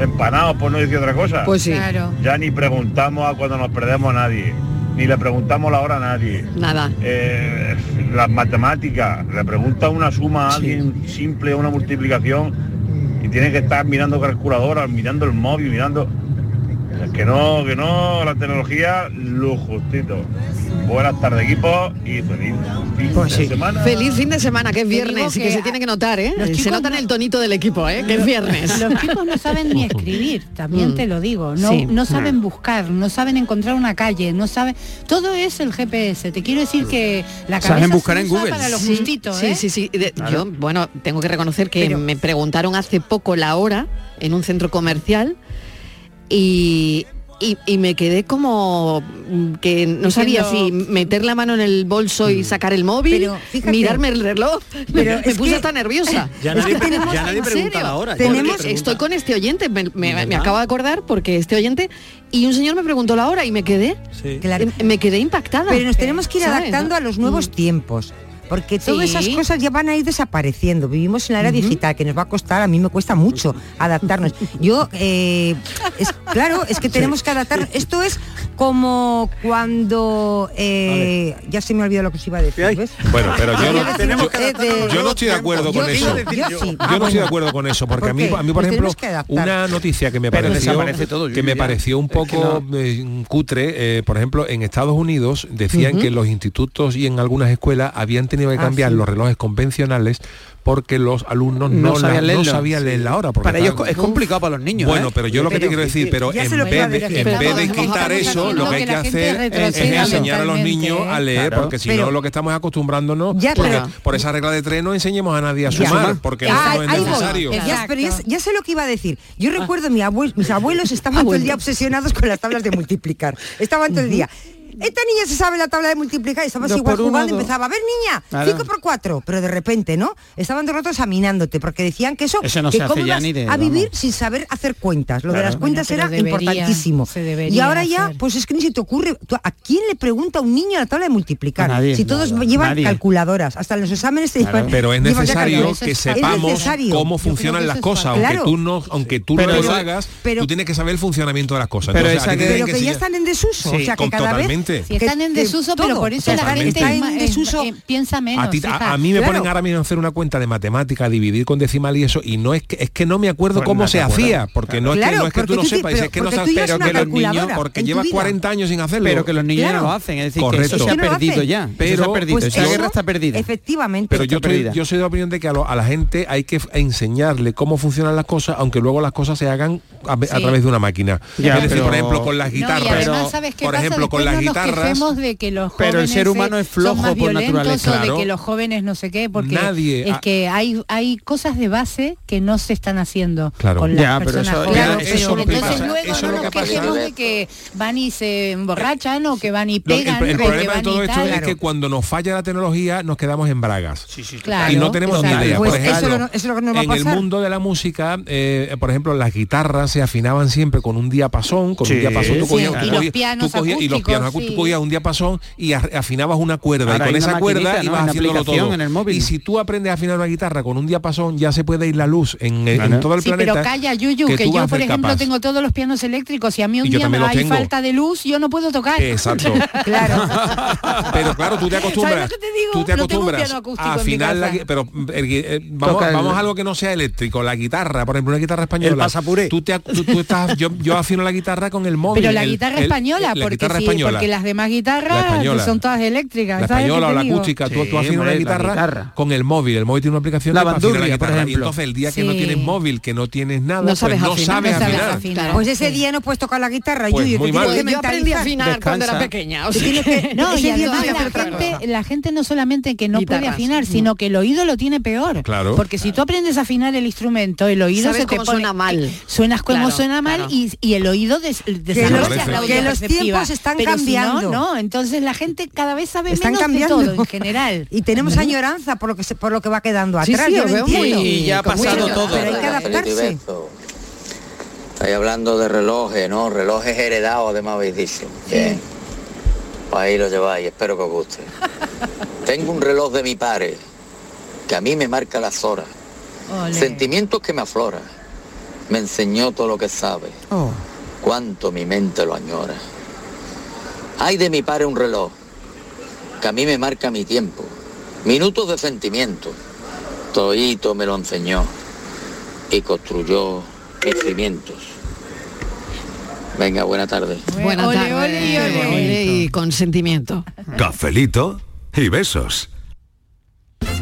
S18: empanados, por no decir otra cosa.
S3: Pues sí. Claro.
S18: Ya ni preguntamos a cuando nos perdemos a nadie, ni le preguntamos la hora a nadie.
S3: Nada.
S18: Eh, las matemáticas, le pregunta una suma a alguien simple, una multiplicación, y tiene que estar mirando calculadoras, mirando el móvil, mirando... Que no, que no, la tecnología, lo justito. Buenas tardes, equipo, y feliz fin de semana.
S3: Feliz fin de semana, que es viernes y que
S7: que
S3: se tiene que notar, ¿eh?
S7: los
S3: Se
S7: chicos
S3: nota en el tonito del equipo, ¿eh? Que es
S7: Lo-
S3: viernes.
S7: Los chicos no saben ni escribir, también
S3: Mm.
S7: te lo digo. No,
S3: Sí.
S7: no
S3: Mm.
S7: saben buscar, no saben encontrar una calle, no saben. Todo es el GPS. Te quiero decir que la cabeza
S9: Saben buscar
S7: se
S9: en
S7: usa
S9: Google.
S7: para los
S3: Sí,
S7: justitos,
S3: sí,
S7: ¿eh?
S3: sí, sí. De-
S7: Claro.
S3: Yo, bueno, tengo que reconocer que
S7: Pero-
S3: me preguntaron hace poco la hora en un centro comercial y, y- y me quedé como mm, que no sabía si
S10: Diciendo-
S3: meter la mano en el bolso
S8: Mm.
S3: y sacar el móvil,
S10: Pero, fíjate-
S3: mirarme el reloj.
S10: Pero
S3: me
S10: es
S3: puse
S10: que-
S3: hasta nerviosa.
S8: Ya
S3: Es
S8: nadie
S3: que
S8: pre-
S3: tenemos-
S8: ya nadie
S3: ¿en
S8: pregunta
S3: serio?
S8: la hora, ya
S3: Porque
S8: nadie pregunta.
S3: estoy con este oyente, me, me- me acabo de acordar porque este oyente y un señor me preguntó la hora y me quedé, eh, me quedé impactada.
S10: Pero nos tenemos que ir
S3: ¿Sabes,
S10: adaptando
S3: no?
S10: a los nuevos
S3: Mm.
S10: tiempos. Porque todas
S3: Sí.
S10: esas cosas ya van a ir desapareciendo. Vivimos en la era digital, que nos va a costar, a mí me cuesta mucho adaptarnos. Yo, eh, es, claro, es que tenemos que adaptarnos. Esto es como cuando... eh, ya se me olvidó lo que os iba a decir. ¿ves?
S5: Bueno, pero yo no,
S10: Tenemos que
S5: Ah, yo-
S10: adaptarnos a los
S5: yo no estoy de
S10: nuevos
S5: acuerdo con
S10: tiempos.
S5: eso.
S10: Yo- yo sí. Ah,
S5: Yo no
S10: bueno.
S5: estoy de acuerdo con eso, porque a mí,
S10: ¿Por qué?
S5: a mí por
S10: Nos
S5: ejemplo,
S10: tenemos que adaptar.
S5: una noticia que me
S9: Pero
S5: pareció
S9: desaparece todo,
S5: que
S9: Yuyu,
S5: me
S9: ya.
S5: pareció un
S9: Es que
S5: poco eh, cutre, eh, por ejemplo, en Estados Unidos decían
S9: Ujú.
S5: que los institutos y en algunas escuelas habían tenido que
S9: Ah,
S5: cambiar
S9: sí.
S5: los relojes convencionales porque los alumnos
S9: No
S5: no, la-
S9: sabían
S5: no
S9: leerlo.
S5: sabían leer la hora. porque
S9: Para ellos
S5: estaban-
S9: es complicado para los niños.
S5: Bueno,
S9: ¿eh?
S5: pero yo lo que te quiero decir, pero
S9: Ya
S5: en
S9: se lo iba a
S5: vez, de,
S9: decir,
S5: en
S9: estamos-
S5: vez de
S9: estamos
S5: quitar eso,
S9: haciendo
S5: lo que hay
S9: que
S5: que
S9: la gente
S5: hacer es
S9: retroceda
S5: enseñar a los
S9: totalmente,
S5: niños
S9: ¿eh?
S5: a leer,
S9: Claro.
S5: porque si
S9: Pero-
S5: no lo que estamos es acostumbrándonos
S10: Ya,
S5: por,
S10: pero-
S5: por esa regla de tres no enseñemos a nadie a sumar, porque
S10: Ah,
S5: no, no
S10: ahí
S5: es
S10: voy.
S5: necesario.
S10: Ya, pero ya, ya sé lo que iba a decir.
S9: Ah.
S10: Yo recuerdo mi abue- mis abuelos estaban todo el día obsesionados con las tablas de multiplicar. Estaban todo el día. Esta niña se sabe la tabla de multiplicar y estabas Dos igual por uno, jugando dos. y empezaba, a ver niña,
S9: Claro.
S10: 5 por 4, pero de repente, ¿no? Estaban todo el rato examinándote porque decían que eso,
S9: Eso no
S10: que
S9: se hace
S10: cómo
S9: ya
S10: ibas
S9: ni de-
S10: a vivir
S9: vamos.
S10: sin saber hacer cuentas. Lo de
S9: Claro.
S10: las cuentas
S7: Bueno, pero
S10: era
S7: debería,
S10: importantísimo.
S7: se
S10: Y
S7: debería
S10: ahora ya, pues es que ni se te ocurre, Tú, ¿a quién le pregunta a un niño la tabla de multiplicar?
S5: A nadie.
S10: si todos
S5: Nada.
S10: llevan
S5: Nadie.
S10: calculadoras, hasta en los exámenes te
S5: Claro.
S10: llevan-
S5: Pero es
S10: llevan ya
S5: necesario
S10: calculadoras.
S5: que
S10: Es
S5: sepamos
S10: necesario.
S5: cómo
S10: Yo creo
S5: funcionan
S10: que
S5: las
S10: eso es
S5: cosas,
S10: fácil.
S5: aunque
S10: Claro.
S5: tú no, aunque tú
S10: Pero
S5: no lo
S10: esa-
S5: hagas,
S10: pero-
S5: tú tienes que saber el funcionamiento de las cosas.
S9: Pero
S5: Entonces, a
S9: esa
S5: ti te
S9: que-
S5: tienen
S10: pero que ya
S5: enseñar-
S10: están en desuso,
S5: Sí,
S10: o sea que
S5: com-
S10: cada
S5: totalmente.
S10: vez
S7: Si están
S10: que-
S7: en
S10: que
S7: desuso, pero
S10: todo,
S7: por eso la
S5: totalmente.
S7: gente
S5: Está
S7: es ma- es- eh, piensa menos.
S5: a, ti- a-
S7: hija.
S5: a mí me ponen ahora mismo a hacer una cuenta de matemática, dividir con decimal y eso, y no es que, es que no me acuerdo
S9: Pues
S5: cómo
S9: no te
S5: se
S9: acuerdas.
S5: hacía, porque no es que,
S9: Claro,
S5: no es que
S9: porque
S5: tú no
S9: tú
S5: sepas,
S9: dices,
S5: es que no
S9: pero
S5: sabes,
S9: porque tú
S5: pero
S9: llevas
S5: que
S9: una
S5: los niños,
S9: calculadora
S5: porque
S9: en tu
S5: llevas
S9: vida.
S5: 40 años sin hacerlo.
S9: Pero que los niños ya no lo hacen, es decir, que eso se ha
S5: Correcto.
S9: perdido ya. eso se ha
S5: Pero- pues,
S10: pues,
S9: perdido, esa guerra está perdida.
S10: Efectivamente.
S5: Pero yo,
S9: Está
S5: estoy-
S9: perdida.
S5: yo soy de la opinión de que a, lo- a la gente hay que f- enseñarle cómo funcionan las cosas, aunque luego las cosas se hagan a, a
S7: Sí.
S5: través de una máquina.
S9: Ya,
S5: es decir,
S9: pero-
S5: por ejemplo, con las
S9: No, y
S5: guitarras.
S7: además, ¿sabes qué
S5: por
S7: pasa?
S5: ejemplo, con
S7: Después
S5: las
S7: no nos
S5: guitarras.
S7: quejemos de que los
S9: Pero el
S7: jóvenes,
S9: ser humano
S7: eh,
S9: es flojo
S7: son más
S9: por
S7: violentos
S9: naturaleza.
S7: o
S5: Claro.
S7: de que los jóvenes no sé qué, porque
S5: Nadie
S7: es
S5: ha-
S7: que hay hay cosas de base que no se están haciendo
S5: Claro.
S7: con las
S5: Ya, pero
S7: personas
S5: eso-
S7: jóvenes.
S5: claro, eso es lo que
S7: Entonces
S5: pasa,
S7: luego
S5: eso es
S7: no
S5: lo
S7: nos
S5: que pasa.
S7: quejemos de que van y se emborrachan o que van y
S5: Lo- el-
S7: pegan.
S5: el,
S7: o que
S5: problema de
S7: van
S5: todo
S7: y
S5: esto
S7: tal.
S5: es que cuando nos falla la tecnología nos quedamos en bragas.
S7: Claro,
S5: y no tenemos ni
S7: exacto.
S5: idea.
S7: Pues
S5: por
S7: eso
S5: ejemplo,
S7: lo- eso es lo que nos va a
S5: en el
S7: pasar.
S5: mundo de la música, eh, por ejemplo, las guitarras se afinaban siempre con un diapasón, con
S9: Sí.
S5: un diapasón tú
S9: Sí,
S5: cogías,
S9: y
S5: tú
S9: los
S5: cogías-
S9: pianos
S5: tú cogías- y los
S9: acústicos,
S5: pianos acú- tú
S9: sí.
S5: cogías un diapasón y a- afinabas una cuerda
S9: Ahora
S5: y
S9: hay
S5: con
S9: una
S5: esa cuerda
S9: maquinita, ¿no?
S5: ibas
S9: En la
S5: haciéndolo
S9: aplicación,
S5: todo.
S9: en el móvil.
S5: Y si tú aprendes a afinar una guitarra con un diapasón, ya se puede ir la luz en, en
S9: Claro.
S5: todo el
S7: Sí,
S5: planeta.
S7: pero calla, Yuyu, que,
S5: tú vas
S7: yo,
S5: a
S7: por
S5: ser
S7: ejemplo,
S5: capaz.
S7: tengo todos los pianos eléctricos y a mí un
S5: Y yo
S7: día me
S5: también los
S7: hay
S5: tengo.
S7: falta de luz, yo no puedo tocar.
S5: Exacto. Pero claro, tú te
S7: ¿Sabes
S5: acostumbras.
S7: lo que te digo?
S5: Tú te
S7: No tengo un
S5: acostumbras
S7: piano acústico
S5: a
S7: en mi
S5: afinar la
S7: casa.
S5: gui- pero mm, el gui- eh, vamos,
S9: Toca el-
S5: vamos a algo que no sea eléctrico, la guitarra, por ejemplo, una guitarra española.
S19: El pasapuré.
S5: Tú te ac- tú- tú estás yo, yo afino la guitarra con el móvil.
S7: Pero la
S5: el-
S7: guitarra
S5: el-
S7: española,
S5: la
S7: porque,
S5: guitarra
S7: sí,
S5: española.
S7: porque las demás
S5: La
S7: guitarras
S5: española.
S7: son todas eléctricas.
S5: la
S7: ¿sabes qué
S5: española o
S7: te
S5: la
S7: digo?
S5: acústica, tú,
S9: Sí,
S5: tú afinas
S9: hombre,
S5: la
S9: la
S5: guitarra,
S9: guitarra.
S5: con el móvil. El móvil tiene una aplicación
S9: La
S5: que para afinar
S9: bandurria, por
S5: guitarra. Y
S9: ejemplo.
S5: entonces el día que
S9: Sí.
S5: no tienes móvil, que no tienes nada,
S10: No
S5: pues
S10: sabes
S5: no
S10: afinar,
S5: sabes
S10: no sabes
S5: afinar.
S7: afinar.
S10: Pues ese día no puedes tocar la guitarra,
S5: Pues
S10: Yuyu,
S5: muy
S10: te tienes
S5: mal.
S10: que
S5: Yo
S3: aprendí a
S10: mentalizar.
S3: afinar cuando era pequeña. o
S10: Te
S3: sea
S10: tienes que-
S7: No,
S10: ese
S7: y
S10: día tienes
S7: además
S10: que hacer
S7: la
S10: otra cosa.
S7: gente, la gente no solamente que no puede
S3: Guitarras,
S7: afinar, sino que el oído lo tiene peor.
S3: Claro.
S7: Porque si tú aprendes a afinar el instrumento, el oído
S3: Sabes
S7: se te
S3: cómo
S7: pone-
S3: suena mal.
S7: Suenas como
S3: Claro,
S7: suena mal
S3: claro.
S7: y, y el oído des, desarrolla
S10: los-
S7: la
S10: que los
S7: audioperceptiva.
S10: tiempos están
S7: Pero si no,
S10: cambiando.
S7: no, entonces la gente cada vez sabe
S10: Están
S7: menos
S10: cambiando
S7: de todo en general.
S10: Y tenemos añoranza por lo que se- por lo que va quedando
S7: Sí,
S10: atrás.
S7: sí,
S10: yo
S7: lo
S10: lo
S7: veo
S10: entiendo.
S7: muy- Y ya ha
S10: Con mucha
S7: pasado
S10: añoranza,
S7: todo.
S10: Pero hay que adaptarse.
S17: Estáis hablando de relojes, ¿no? Relojes heredados, además habéis dicho. Bien. Pues ahí lo lleváis, espero que os guste. Tengo un reloj de mi padre, que a mí me marca las horas. Sentimientos que me aflora. Me enseñó todo lo que sabe. Cuánto mi mente lo añora. Hay de mi padre un reloj, que a mí me marca mi tiempo. Minutos de sentimiento. Toito me lo enseñó y construyó mis cimientos. Venga, buena tarde.
S3: Buenas
S7: Ole,
S3: tardes.
S7: ole y ole.
S3: Eh, Ole y consentimiento.
S20: Cafelito y besos.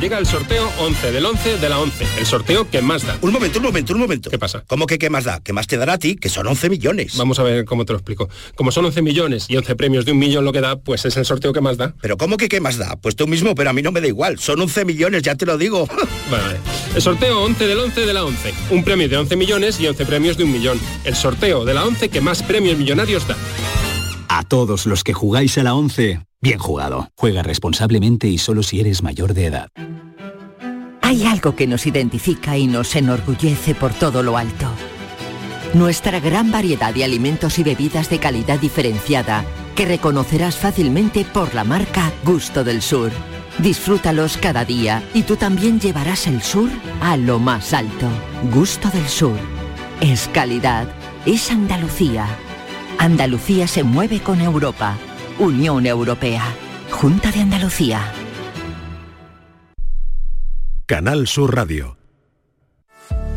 S21: Llega el sorteo 11 del 11 de la 11. El sorteo que más da. Un momento, un momento, un momento. ¿Qué pasa? ¿Cómo que qué más da? ¿Qué más te dará a ti? Que son 11 millones. Vamos a ver cómo te lo explico. Como son 11 millones y 11 premios de un millón lo que da, pues es el sorteo que más da. ¿Pero cómo que qué más da? Pues tú mismo, pero a mí no me da igual. Son 11 millones, ya te lo digo. vale. El sorteo 11 del 11 de la 11. Un premio de 11 millones y 11 premios de un millón. El sorteo de la 11 que más premios millonarios da.
S22: A todos los que jugáis a la 11, bien jugado. Juega responsablemente y solo si eres mayor de edad.
S23: Hay algo que nos identifica y nos enorgullece por todo lo alto. Nuestra gran variedad de alimentos y bebidas de calidad diferenciada, que reconocerás fácilmente por la marca Gusto del Sur. Disfrútalos cada día y tú también llevarás el sur a lo más alto. Gusto del Sur. Es calidad. Es Andalucía. Andalucía se mueve con Europa. Unión Europea. Junta de Andalucía.
S20: Canal Sur Radio.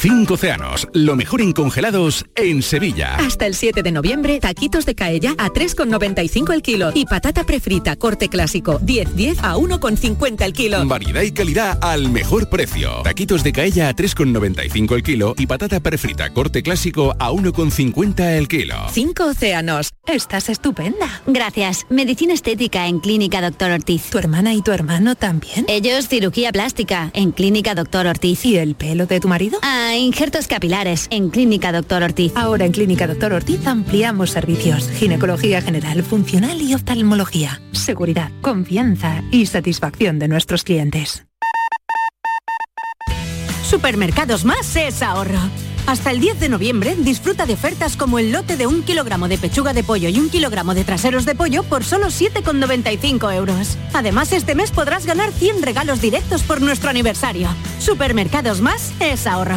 S11: Cinco océanos, lo mejor en congelados en Sevilla.
S13: Hasta el 7 de noviembre, taquitos de caella a 3,95 el kilo y patata prefrita corte clásico 10-10 a 1,50 el kilo.
S11: Variedad y calidad al mejor precio. Taquitos de caella a 3,95 el kilo y patata prefrita corte clásico a 1,50 el kilo.
S13: Cinco océanos. Estás estupenda.
S24: Gracias. Medicina estética en Clínica Doctor Ortiz.
S13: ¿Tu hermana y tu hermano también?
S24: Ellos cirugía plástica en Clínica Doctor Ortiz.
S13: ¿Y el pelo de tu marido?
S24: Ah, injertos capilares en Clínica Doctor Ortiz.
S13: Ahora en Clínica Doctor Ortiz ampliamos servicios. Ginecología general, funcional y oftalmología. Seguridad, confianza y satisfacción de nuestros clientes.
S25: Supermercados Más es ahorro. Hasta el 10 de noviembre disfruta de ofertas como el lote de un kilogramo de pechuga de pollo y un kilogramo de traseros de pollo por solo 7,95 euros. Además, este mes podrás ganar 100 regalos directos por nuestro aniversario. Supermercados Más es ahorro.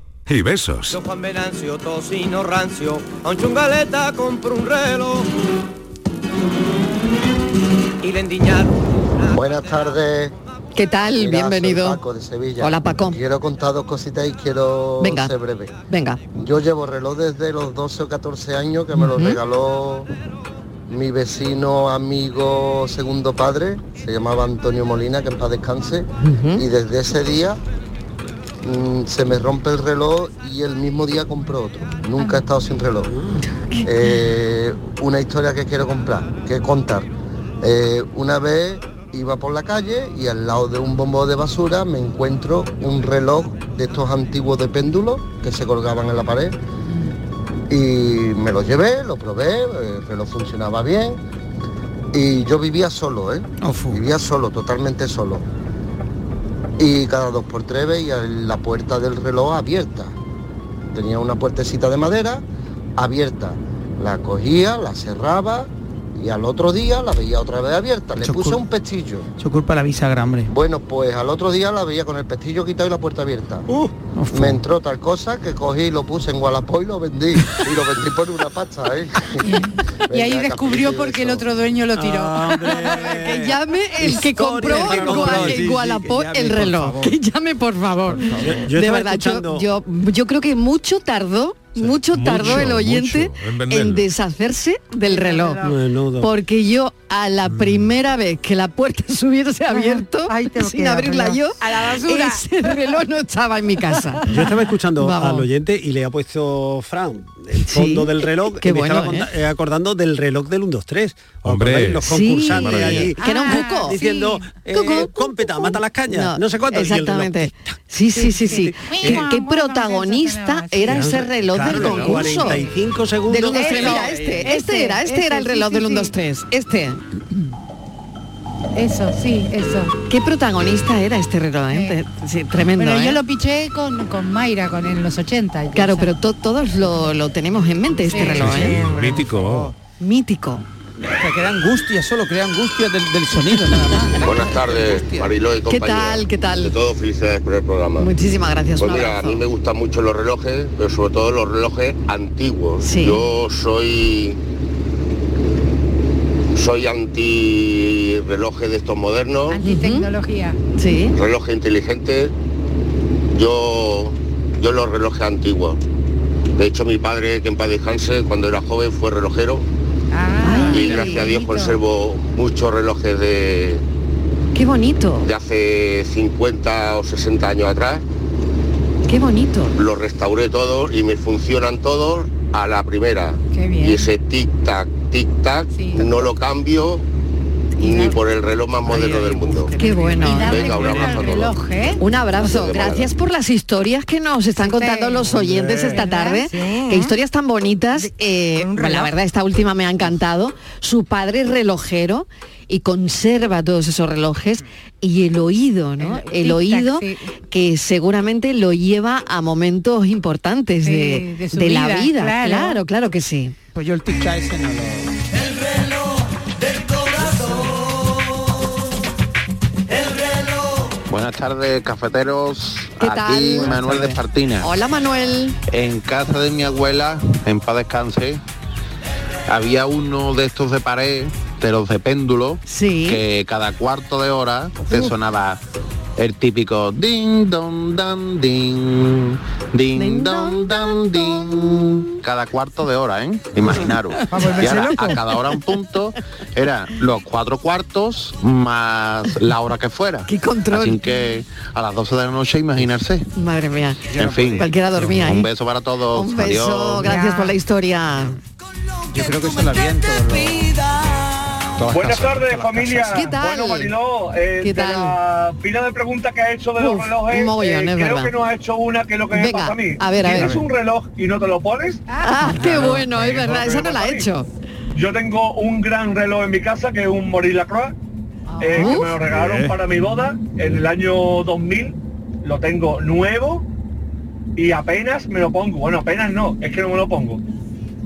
S1: y besos.
S26: Yo Juan Venancio, tocino rancio, a un chungaleta compro un reloj. Y le endiñaron.
S27: Buenas tardes.
S3: ¿Qué tal?
S27: Mira,
S3: Bienvenido.
S27: soy Paco de Sevilla.
S3: Hola, Paco.
S27: Quiero contar dos cositas y quiero
S3: Venga.
S27: ser breve.
S3: Venga.
S27: Yo llevo reloj desde los 12 o 14 años que me lo
S3: Ujú.
S27: regaló mi vecino, amigo, segundo padre, se llamaba Antonio Molina, que en paz descanse. Y desde ese día mm, se me rompe el reloj y el mismo día compro otro. Nunca he estado sin reloj. Eh, una historia que quiero comprar, que contar. Eh, una vez iba por la calle y al lado de un bombo de basura me encuentro un reloj de estos antiguos de péndulo que se colgaban en la pared y me lo llevé, lo probé, el reloj funcionaba bien y yo vivía solo, ¿eh? Vivía solo, totalmente solo. Y cada dos por tres veía la puerta del reloj abierta. Tenía una puertecita de madera abierta. La cogía, la cerraba y al otro día la veía otra vez abierta. Le
S9: Eso
S27: puse
S9: cul-
S27: un pestillo.
S9: Su culpa la bisagra, hombre.
S27: Bueno, pues al otro día la veía con el pestillo quitado y la puerta abierta. me entró tal cosa que cogí y lo puse en Wallapop y lo vendí. y lo vendí por una pasta, ¿eh?
S7: Y ahí
S27: Venga,
S7: descubrió
S27: capítulo.
S7: por qué el otro dueño lo tiró.
S3: Que llame el que compró
S7: que
S3: en
S7: compró,
S3: Guala-
S7: sí, sí,
S3: en Gualapó
S7: que llame,
S3: el
S7: por
S3: reloj.
S7: favor.
S3: Que llame, por favor.
S5: Yo- yo
S3: de
S5: estaba
S3: verdad, yo,
S5: escuchando-
S3: yo, yo creo que mucho tardó, mucho tardó
S5: mucho,
S3: el oyente
S5: mucho en
S3: en,
S5: venderlo.
S3: deshacerse del reloj.
S8: Menudo.
S3: Porque yo a la
S5: Mm.
S3: primera vez que la puerta se hubiese abierto,
S8: lo
S3: sin
S8: queda,
S3: abrirla
S8: reloj.
S3: yo, a la basura. ese reloj no estaba en mi casa.
S8: Yo estaba escuchando
S3: Vamos.
S8: al oyente y le ha puesto Fran el fondo del reloj
S3: qué
S8: que me
S3: bueno,
S8: estaba conta- eh, acordando del reloj del 1 2 3.
S5: Hombre.
S8: los
S5: Sí,
S8: concursantes
S5: maravilla.
S8: allí
S3: que era un cuco.
S8: diciendo
S3: Sí.
S8: eh,
S3: Cuco.
S8: cómpeta, mata las cañas, no, sé cuánto y el reloj,
S3: Exactamente. Sí, sí, sí, sí. Qué, qué protagonista era ese reloj
S8: Claro,
S3: del
S8: los
S3: concurso.
S8: 45 segundos.
S3: Del 1, 2, 3,
S8: Eso,
S3: mira, este, este
S7: ese,
S3: era, este
S7: ese,
S3: era el
S7: sí,
S3: reloj
S7: sí,
S3: del
S7: sí.
S3: 1, 2, 3, este.
S7: Eso, sí, eso.
S3: Qué protagonista era este reloj, ¿eh? Sí, tremendo,
S7: Pero yo
S3: ¿eh?
S7: lo piché con, con Mayra, con en los 80. yo,
S3: Claro,
S7: o sea,
S3: pero to- todos lo, lo tenemos en mente, este reloj, ¿eh?
S5: Mítico.
S3: Mítico.
S9: Que crea angustia solo, crea angustia del, del sonido nada más.
S28: Buenas tardes, Mariló y
S3: ¿Qué
S28: compañía.
S3: tal? ¿Qué
S28: De
S3: tal?
S28: todo, felicidades por el programa.
S3: Muchísimas gracias,
S28: Pues
S3: un
S28: mira, a
S3: abrazo.
S28: mí me gustan mucho los relojes, pero sobre todo los relojes antiguos.
S3: Sí.
S28: Yo soy soy anti relojes de estos modernos,
S7: Tecnología.
S3: Sí.
S28: relojes inteligentes. Yo yo los relojes antiguos. De hecho, mi padre, que en paz descanse, cuando era joven fue relojero.
S3: Ah,
S28: y gracias a Dios conservo muchos relojes de,
S3: Qué bonito,
S28: de hace 50 o 60 años atrás.
S3: qué bonito.
S28: Los restauré todos y me funcionan todos a la primera.
S3: Qué
S28: Y ese tic-tac, tic-tac, no lo cambio ni por el reloj más moderno del mundo.
S3: Qué bueno.
S28: Venga, un abrazo a todos.
S3: Un abrazo.
S28: Gracias,
S3: Gracias por las historias que nos están contando los oyentes esta tarde. Qué historias tan bonitas. Eh, bueno, la verdad, esta última me ha encantado. Su padre es relojero y conserva todos esos relojes y el oído, ¿no? El,
S7: tic-tac,
S3: oído
S7: sí.
S3: que seguramente lo lleva a momentos importantes
S7: Sí,
S3: de,
S7: de su
S3: de la
S7: vida,
S3: vida.
S7: claro.
S3: claro, claro que sí.
S9: Pues yo el tic-tac ese no lo...
S4: Buenas tardes, cafeteros.
S3: ¿Qué
S4: Aquí
S3: tal?
S4: Manuel de Espartina.
S3: Hola Manuel.
S4: En casa de mi abuela, en paz descanse, había uno de estos de pared, de los de péndulo, que cada cuarto de hora te sonaba el típico ding dong dan ding ding dong dan ding cada cuarto de hora, ¿eh? Imaginaros.
S3: Ah,
S10: A
S3: pues
S10: volverse
S4: Y ahora,
S10: loco.
S4: a cada hora un punto era los cuatro cuartos más la hora que fuera.
S3: ¿Qué control?
S4: Así que a las 12 de la noche imaginarse.
S3: Madre mía.
S4: En fin.
S3: Cualquiera dormía, ¿eh?
S4: Un beso para todos.
S3: Un beso,
S4: Adiós.
S3: gracias por la historia.
S4: Yo creo que eso la habían
S12: Buenas tardes, familia.
S3: ¿Qué tal?
S12: Bueno, Mariló, eh,
S3: ¿Qué
S12: de
S3: tal?
S12: la pila de preguntas que ha hecho de
S3: Uf,
S12: los relojes,
S3: un mogollón, es
S12: creo
S3: verdad.
S12: que nos ha hecho una que es lo que me
S3: Venga,
S12: pasa a mí.
S3: a ver, a
S12: ¿Tienes
S3: ver.
S12: un reloj y no te lo pones?
S3: Ah, qué bueno, es verdad, esa no la he hecho.
S12: Yo tengo un gran reloj en mi casa que es un Maurice Lacroix, eh, que
S3: Ah.
S12: me lo regalaron
S14: Eh.
S12: para mi boda en el año 2000. Lo tengo nuevo y apenas me lo pongo. Bueno, apenas no, es que no me lo pongo.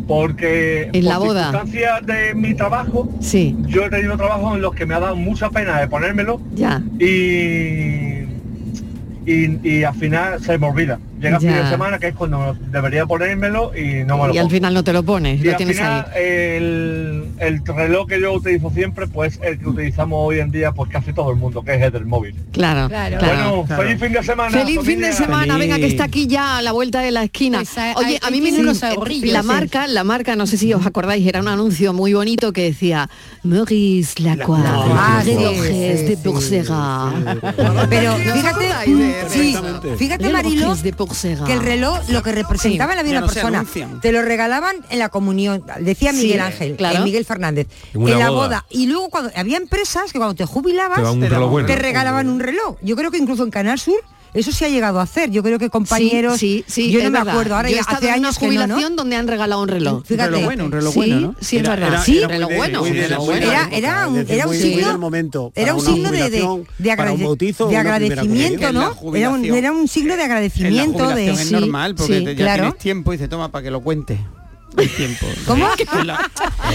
S12: Porque
S3: En la
S12: por
S3: boda.
S12: circunstancias de mi trabajo,
S3: Sí,
S12: yo he tenido trabajos en los que me ha dado mucha pena de ponérmelo
S3: ya.
S12: y, y, y al final se me olvida. Llega el
S3: Ya.
S12: fin de semana, que es cuando debería ponérmelo y no me lo
S3: y al
S12: pongo.
S3: final no te lo pones,
S12: Y
S3: lo
S12: al
S3: tienes
S12: final, el, el reloj que yo utilizo siempre, pues el que utilizamos hoy en día, pues casi todo el mundo, que es el del móvil.
S3: ahí. Claro.
S12: Bueno,
S3: claro.
S12: feliz fin de semana.
S3: Feliz fin
S12: familia.
S3: de semana, venga que está aquí ya a la vuelta de la esquina. Oye, a mí me
S7: tiene unos
S3: eh,
S7: ahorrillos,
S3: la
S7: sí.
S3: marca, la marca, no sé si os acordáis, era un anuncio muy bonito que decía Maurice Lacroix,
S7: Ah, sí,
S3: relojes
S7: sí,
S3: de Porcega.
S15: Pero
S3: ¿No os
S15: fíjate,
S3: acordáis de-
S15: sí,
S3: Exactamente.
S15: fíjate
S3: Relojes
S15: Marilo,
S3: de Porcega.
S15: que el reloj lo que
S3: Sí.
S15: representaba en la vida
S3: Ya
S15: de
S3: no
S15: una
S3: se
S15: persona.
S3: anuncian.
S15: Te lo regalaban en la comunión, decía
S3: Sí,
S15: Miguel Ángel,
S3: claro.
S15: eh, Miguel Fernández,
S5: En una
S15: en la
S5: boda.
S15: boda. Y luego cuando había empresas que cuando te jubilabas
S5: Te daban un
S15: daban-
S5: reloj bueno.
S15: te regalaban un reloj. Yo creo que incluso en Canal Sur eso se ha llegado a hacer. Yo creo que compañeros,
S3: sí, sí,
S15: yo
S3: es
S15: no me
S3: verdad.
S15: acuerdo, ahora
S3: Yo he
S15: ya
S3: estado
S15: hace
S3: en una
S15: años que no, ¿no?
S3: jubilación donde han regalado un reloj.
S15: Fíjate.
S8: reloj bueno, un reloj
S3: Sí,
S8: bueno, ¿no?
S3: Sí, es
S8: Era-
S3: verdad.
S8: era-
S3: sí,
S8: era muy
S3: reloj
S8: de-
S3: bueno.
S8: muy de-
S3: reloj
S8: muy de-
S3: bueno.
S15: Era, era un, era un
S3: Muy bien.
S15: signo,
S3: Del momento,
S15: era
S3: para
S15: un
S3: una
S15: signo de, de-
S3: jubilación,
S15: de
S8: para un
S15: agrade-
S8: bautizo,
S15: de
S8: una primera
S15: agradecimiento,
S8: comunión.
S15: ¿no?
S8: En la
S15: Era un, era un signo de
S9: En la
S15: agradecimiento. de,
S9: jubilación es normal porque
S15: Sí,
S9: te- ya
S15: claro.
S9: tienes tiempo y se toma para que lo cuente. El tiempo.
S15: ¿Cómo?
S9: Que en la,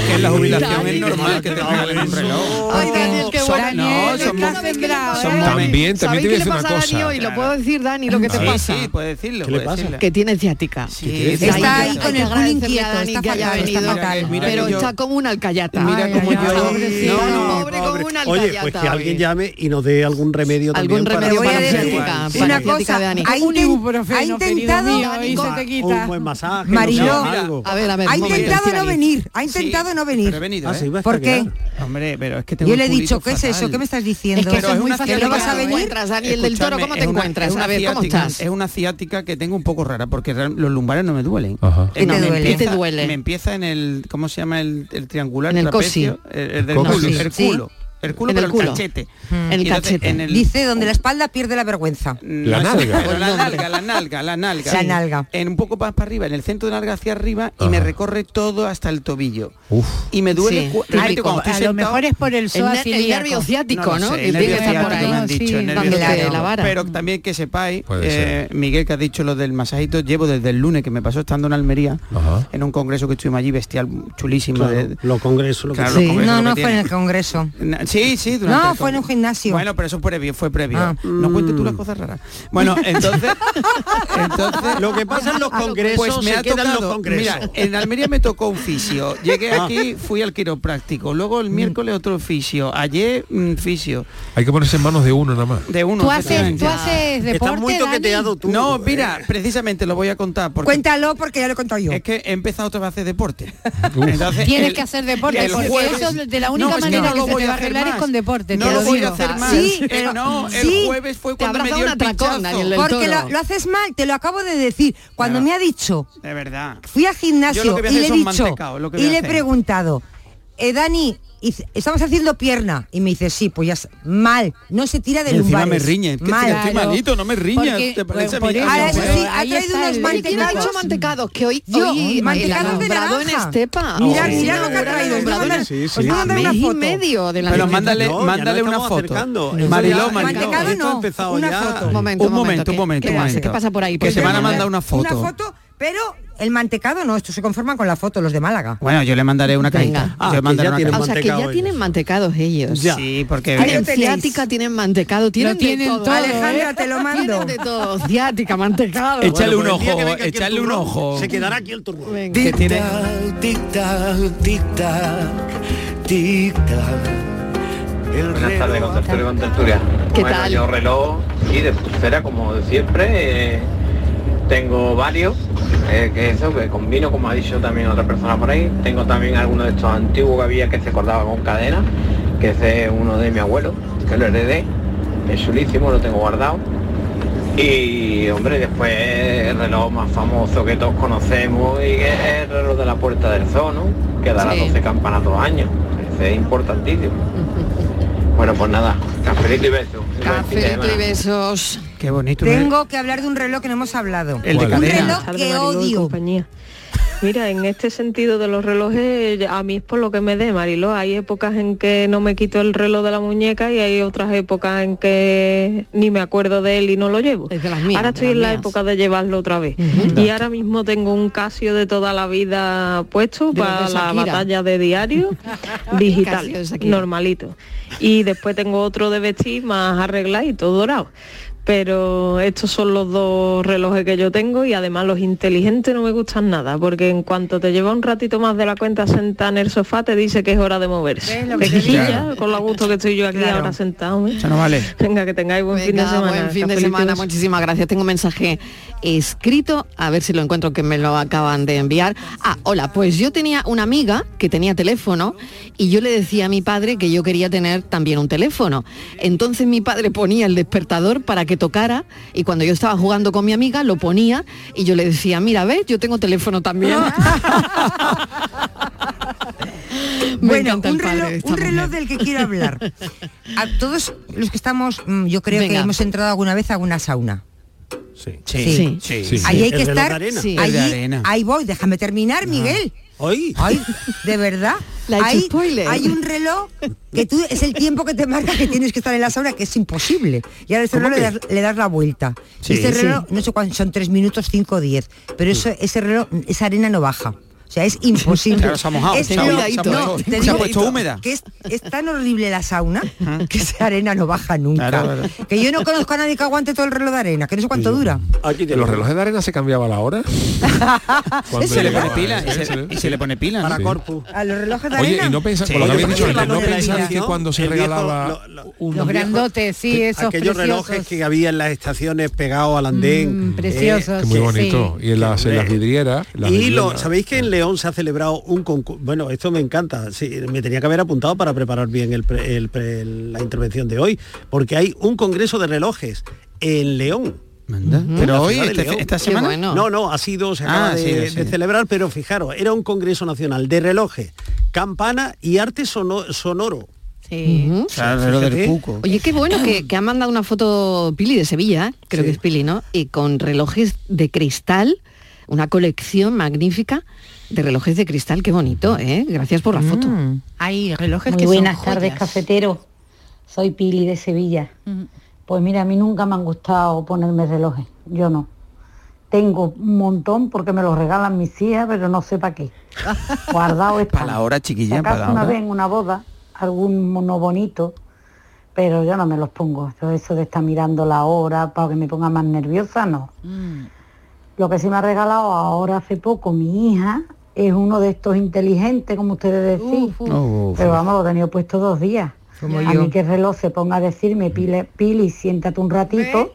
S9: que en la jubilación es normal que te regalen un reloj.
S3: Ay, Daniel, qué
S9: Son-
S3: bueno.
S9: No,
S3: Daniel,
S9: son
S3: estás
S9: momentos-
S3: sembrado,
S9: son
S3: ¿eh?
S5: También, también te voy a
S3: ¿Sabéis qué le
S5: decir una
S3: pasa a
S5: cosa.
S3: Dani hoy? Lo puedo decir, Dani, lo que te
S5: Sí,
S3: pasa.
S9: Sí, puede decirlo.
S5: ¿Qué le
S9: puede
S5: pasa?
S9: decirlo.
S3: Que tiene ciática.
S9: quiere decir?
S3: Está
S9: Hay
S3: ahí
S9: que
S3: con el culo
S9: agradecerle
S3: inquieto,
S9: a Dani
S3: está
S9: que haya
S3: fatal,
S9: venido.
S3: está fatal.
S9: Mira que
S3: Pero
S9: yo-
S3: está como una alcayata.
S9: Mira
S3: Ay,
S9: cómo
S3: ay,
S9: yo-
S3: ay, pobrecito,
S9: No, no,
S3: pobre como una
S8: Oye, pues que
S3: alcayata hoy.
S8: alguien llame y nos dé algún remedio
S3: Algún
S8: también
S3: remedio
S8: para,
S3: para la ciática,
S8: Sí.
S3: para la
S15: Una
S3: ciática
S15: cosa,
S3: de Dani.
S15: ha, inten- ha intentado
S8: un buen masaje,
S15: Mariló,
S8: no sé, algo.
S3: A ver, a ver,
S15: ha
S3: un momento,
S15: intentado no
S3: Estivali.
S15: venir, ha intentado no venir.
S8: Ah,
S9: venido, ¿eh?
S15: ¿Por qué?
S9: Hombre, pero es que tengo
S15: Yo le he
S9: el culito
S15: dicho, ¿qué es eso?
S9: fatal.
S15: ¿Qué me estás diciendo?
S9: Pero es una
S15: ¿Que no vas a
S9: ciática-
S15: venir?
S3: Daniel del Toro, ¿cómo
S9: Escúchame,
S3: te
S9: es una-
S3: encuentras?
S9: es una
S3: A ver, ¿cómo
S9: ciática-
S3: estás?
S9: Es una ciática que tengo un poco rara porque real- los lumbares no me duelen. Eh,
S3: ¿Qué
S9: No,
S3: te
S9: me
S3: duele?
S9: empieza-
S3: ¿Qué te duele?
S9: Me empieza en el, ¿cómo se llama? El, el triangular
S3: En el
S9: trapecio, eh,
S3: cosi.
S9: El, el del
S3: Cosi.
S9: culo, el
S3: Sí.
S9: culo. El culo,
S3: En
S9: pero
S3: el
S9: el,
S3: culo.
S9: cachete.
S15: Mm.
S9: Y entonces, en el-
S15: Dice, donde la espalda pierde la vergüenza.
S9: no, eso- pero La nalga, la nalga, la nalga.
S15: La
S9: Sí.
S15: nalga.
S9: En un poco más para arriba, en el centro de la nalga hacia arriba y me recorre todo hasta el tobillo.
S5: Uf.
S9: Y me duele
S3: Sí,
S9: cu- realmente
S3: típico.
S9: cuando estoy
S3: A lo
S9: sentado-
S3: mejor es por el El psoas ner- el ilíaco. nervio ciático, ¿no?
S9: lo
S3: Que
S9: el
S3: tiene que
S9: nervio
S3: estar por
S9: ciático,
S3: ahí.
S9: me han dicho,
S3: Sí,
S9: el nervio
S3: dándote
S9: ciático.
S3: la vara.
S9: Pero también que sepáis,
S3: Puede
S9: eh, Miguel, que has dicho lo del masajito, llevo desde el lunes que me pasó estando en Almería, en un congreso que estuvimos allí, bestial, chulísimo.
S8: Claro,
S9: los congresos, lo
S15: Sí. No, no fue en el Congreso.
S9: Sí, sí, durante
S15: No,
S9: el
S15: fue en un gimnasio. Mm.
S9: Bueno, pero eso fue previo, fue previo. No cuentes tú las cosas raras. Bueno, entonces, entonces pues
S8: Lo que pasa en los congresos se queda en los congresos.
S9: Mira, en Almería me tocó un fisio. Llegué
S8: Ah.
S9: aquí, fui al quiropráctico. Luego el miércoles otro fisio. Ayer un fisio.
S5: Hay que ponerse en manos de uno nada más.
S9: De uno.
S7: ¿Tú haces,
S9: efectivamente.
S7: tú haces deporte, Dani?
S9: No,
S3: eh.
S9: mira, precisamente lo voy a contar porque
S15: Cuéntalo porque ya lo he contado yo.
S9: es que he empezado otra vez a hacer deporte. Entonces,
S7: Tienes
S9: el-
S7: que hacer deporte,
S9: el
S7: porque
S9: jueves-
S7: eso de la
S9: No,
S7: única
S9: es que
S7: manera
S9: no
S7: que
S9: lo
S7: se
S9: voy
S7: te
S9: a
S7: va a
S9: hacer
S7: arreglar es
S9: más.
S7: con deporte.
S9: No
S7: te
S9: lo voy a
S7: digo.
S9: hacer más.
S15: Sí,
S9: Eh,
S15: pero
S9: no, el
S15: sí.
S9: jueves fue
S3: Te
S9: cuando me
S3: abraza
S9: dio
S3: un
S9: el
S3: atracón,
S9: pinchazo.
S3: Daniel del
S15: Porque
S3: Toro.
S15: lo, lo haces mal, te lo acabo de decir. Cuando
S9: Ya.
S15: me ha dicho,
S9: De verdad.
S15: fui al
S9: Yo lo
S15: gimnasio
S9: que voy a
S15: y
S9: hacer
S15: le he
S9: son
S15: dicho
S9: mantecaos, lo que
S15: y
S9: voy a
S15: le he
S9: hacer.
S15: preguntado, eh, Dani,
S10: y dice, estabas haciendo pierna. Y me dice, sí, pues ya, s- mal, no se tira de
S9: Y encima
S10: lumbares.
S9: me riñe, que
S10: Mal.
S9: estoy- estoy Claro. malito, no me riñas,
S10: Porque-
S9: ¿te parece Ah, a
S10: por
S9: mí?
S10: eso,
S9: Ahora, eso
S10: bueno,
S9: sí,
S3: ha
S10: ahí
S3: traído
S10: está
S3: unos
S10: el-
S3: mantecados. ¿Quién ha hecho mantecados? Que hoy- hoy el
S10: mantecados de
S3: alumbrado
S10: naranja.
S3: en Estepa.
S10: Mirad,
S3: Hoy
S10: mirad lo que ha
S3: inaugura el
S10: traído. Os voy a
S3: alumbrado en-
S10: mandar-
S3: Sí,
S10: os
S3: sí.
S10: voy a mandar
S3: Mes
S10: una
S3: y
S10: foto.
S3: medio de la
S9: Pero
S3: gente.
S9: mándale,
S3: No, ya
S9: mándale
S3: no
S9: una
S3: estamos
S9: foto.
S3: acercando. Eso
S9: Mariló,
S3: ya-
S9: Mariló.
S10: Mantecado no, una foto.
S9: Un momento, un momento, un momento.
S10: ¿Qué
S9: un
S10: pasa?
S9: momento.
S10: ¿Qué pasa por ahí?
S9: Que
S10: Pues
S9: se van a
S10: mira,
S9: mandar una foto.
S10: Una foto, pero el mantecado no, estos se conforman con la foto, los de Málaga.
S9: Bueno, yo le mandaré una cajita.
S10: Ah,
S9: yo le
S10: que
S9: mandaré
S10: ya
S9: una
S10: tienen
S9: cajita.
S3: O sea, que ya tienen mantecados ellos.
S9: Ya. Sí, porque- Ahí
S3: tienen
S9: lo tenéis.
S3: ciática, tienen mantecado, tienen, de
S10: tienen todo, Alejandra,
S3: ¿eh?
S10: te lo mando.
S3: Tienen de todo, ciática, mantecado.
S9: Échale un ojo, échale un ojo.
S8: aquí el turno.
S9: Que tiene-
S2: Buenas tardes, contertulio, contertulia.
S3: ¿Qué
S2: bueno,
S3: tal?
S2: yo reloj, sí, de pulsera como de siempre. eh, tengo varios, eh, que eso, que combino, como ha dicho también otra persona por ahí. Tengo también algunos de estos antiguos que había que se cortaba con cadena, que ese es uno de mi abuelo, que lo heredé. Es chulísimo, lo tengo guardado. Y hombre, después el reloj más famoso que todos conocemos y que es el reloj de la puerta del zoo, ¿no? Que da las
S29: Sí.
S2: 12 campanas dos años. Ese es importantísimo. Bueno, pues nada, cafelito y beso.
S3: Cafelito y besos.
S9: Qué bonito. eh.
S10: Tengo que hablar de un reloj que no hemos hablado.
S9: El de
S10: un
S9: cadena.
S10: reloj
S14: Tarde,
S10: que
S14: Mariló y
S10: odio.
S14: compañía. Mira, en este sentido de los relojes, eh, a mí es por lo que me dé, Mariló. Hay épocas en que no me quito el reloj de la muñeca y hay otras épocas en que ni me acuerdo de él y no lo llevo. ahora estoy de en la las mías. época de llevarlo otra vez. Y ahora mismo tengo un Casio de toda la vida puesto De los de para la Shakira. batalla de diario digital, Casio de Shakira. normalito. Y después tengo otro de vestir más arreglado y todo dorado pero estos son los dos relojes que yo tengo y además los inteligentes no me gustan nada, porque en cuanto te lleva un ratito más de la cuenta sentada en el sofá te dice que es hora de moverse.
S30: ¿Ves lo que
S14: Te
S30: te digo?
S14: quilla,
S30: Claro.
S14: con lo gusto que estoy yo aquí
S30: Claro.
S14: ahora sentado. ¿eh?
S9: Eso no vale.
S14: Venga, que tengáis buen fin de
S3: Venga,
S14: semana.
S3: Buen fin
S14: Cafelito
S3: de
S14: y
S3: semana,
S14: besos.
S3: muchísimas gracias. Tengo un mensaje escrito, a ver si lo encuentro que me lo acaban de enviar. Ah, hola, pues yo tenía una amiga que tenía teléfono y yo le decía a mi padre que yo quería tener también un teléfono. Entonces mi padre ponía el despertador para que tocara y cuando yo estaba jugando con mi amiga lo ponía y yo le decía, mira, ves, yo tengo teléfono también. Me
S10: bueno,
S3: encanta el padre
S10: un reloj,
S3: de esta
S10: un reloj
S3: mujer.
S10: del que quiero hablar. A todos los que estamos, mm, yo creo que
S3: Venga.
S10: hemos entrado alguna vez a alguna sauna.
S8: Sí.
S10: Sí.
S8: Sí.
S10: Ahí hay
S8: El
S10: que
S8: reloj
S10: estar.
S8: de arena.
S10: sí, allí- ahí voy, déjame terminar, Miguel.
S8: Hoy.
S10: Ay, de verdad.
S8: Le ha hecho
S10: Hay,
S8: spoiler.
S10: hay un reloj que tú es el tiempo que te marca que tienes que estar en la sauna, que es imposible. Y al
S14: ¿Cómo
S10: reloj le
S14: que?
S10: das, le das la vuelta.
S14: Sí.
S10: Este reloj, no sé cuánto, son 3 minutos 5 o 10. Pero
S9: Mm.
S10: eso, ese reloj, esa arena no baja. O sea, es imposible.
S9: Claro, se ha mojado,
S10: Es
S9: se ha
S10: lo-
S9: mojado, se ha
S10: no,
S9: mojado.
S10: te
S9: Se ha
S10: digo
S9: puesto húmeda.
S10: Que es, es tan horrible la sauna que esa arena no baja nunca.
S5: Claro, claro.
S10: Que yo no conozco a nadie que aguante todo el reloj de arena, que no sé cuánto dura.
S5: Los relojes de arena se cambiaba la hora.
S9: Y
S5: Cuando
S9: se le pone
S5: llegaba,
S9: pila, y
S5: ¿eh?
S9: se, y se le pone pila.
S5: Para
S8: corpus.
S10: A los relojes de
S5: Oye,
S10: arena.
S5: y no pensáis,
S9: Sí.
S5: por lo que
S9: Oye,
S5: habéis dicho antes,
S9: pero la Pues
S5: no
S9: novela
S5: pensáis que
S9: edición,
S5: cuando se
S9: el viejo-
S5: regalaba
S7: Los grandotes, sí, esos
S8: Aquellos
S7: preciosos.
S8: relojes que había en las estaciones pegados al andén.
S7: Mm, preciosos,
S5: Que
S8: eh,
S5: muy bonito. Y en las, en las vidrieras. las
S8: y
S5: vidrieras.
S8: lo, ¿sabéis que en León se ha celebrado un concurso? Bueno, esto me encanta. sí, me tenía que haber apuntado para preparar bien el pre- el pre- la intervención de hoy, porque hay un congreso de relojes en León. en la
S9: Pero hoy,
S8: ciudad de
S9: este-
S8: León.
S9: esta Qué semana. bueno.
S8: No, no, ha sido, se
S9: Ah,
S8: acaba
S9: ha
S8: de,
S9: sido,
S8: de
S9: sí.
S8: celebrar, pero fijaros, era un congreso nacional de relojes, campana y arte sono- sonoro.
S3: Ujú.
S9: O sea, el reloj del
S8: Fíjate.
S9: cuco.
S3: Oye, qué bueno que, que han mandado una foto Pili de Sevilla, ¿eh? creo que es Pili, ¿no? Y con relojes de cristal, una colección magnífica de relojes de cristal, qué bonito, ¿eh? Gracias por la foto.
S7: Mm. Hay relojes
S6: Muy
S7: que son
S6: buenas tardes,
S7: joyas.
S6: cafetero. Soy Pili de Sevilla. Pues mira, a mí nunca me han gustado ponerme relojes. Yo no. Tengo un montón porque me los regalan mis hijas, pero no sé para qué. Guardado
S9: Para
S6: están.
S9: la hora,
S6: Si
S9: chiquilla, para la
S6: acaso una vez
S9: hora.
S6: en una boda, algún mono bonito, pero yo no me los pongo. Yo eso de estar mirando la hora para que me ponga más nerviosa, no.
S7: Mm.
S6: Lo que sí me ha regalado ahora hace poco mi hija es uno de estos inteligentes, como ustedes decís.
S31: Oh, uf,
S6: Pero
S31: uf.
S6: vamos, lo he tenido puesto dos días.
S31: Como
S6: a
S31: yo.
S6: mí que el reloj se ponga a decirme, Pili, Pili siéntate un ratito.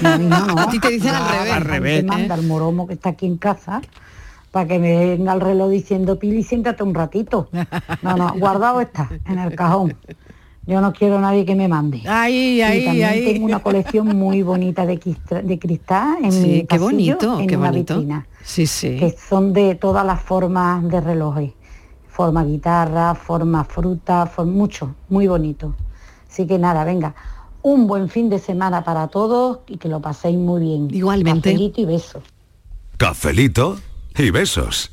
S3: A ti te dicen al revés.
S6: Al
S31: ¿eh?
S3: revés,
S6: manda el moromo que está aquí en casa para que me venga el reloj diciendo, Pili, siéntate un ratito. No, no, guardado está, en el cajón. Yo no quiero a nadie que me mande.
S7: Ay,
S6: y
S7: ay,
S6: también
S7: ay.
S6: tengo una colección muy bonita de, quistra- de cristal en mi
S3: Sí, qué
S6: pasillo,
S3: bonito,
S6: en
S3: qué
S6: una
S3: bonito.
S6: vitrina,
S3: Sí, sí.
S6: que son de todas las formas de relojes. forma guitarra, forma fruta, forma mucho, muy bonito. Así que nada, venga, un buen fin de semana para todos y que lo paséis muy bien.
S3: Igualmente.
S6: Cafelito y besos.
S1: Cafelito y besos.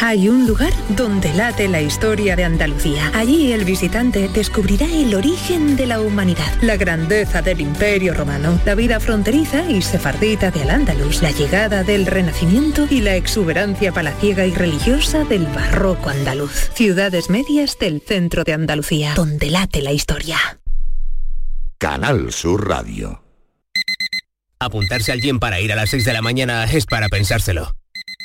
S13: Hay un lugar donde late la historia de Andalucía. Allí el visitante descubrirá el origen de la humanidad, la grandeza del imperio romano, la vida fronteriza y sefardita de Al-Ándalus, la llegada del renacimiento y la exuberancia palaciega y religiosa del barroco andaluz. Ciudades medias del centro de Andalucía, donde late la historia.
S11: Canal Sur Radio.
S16: Apuntarse al gym para ir a las 6 de la mañana es para pensárselo.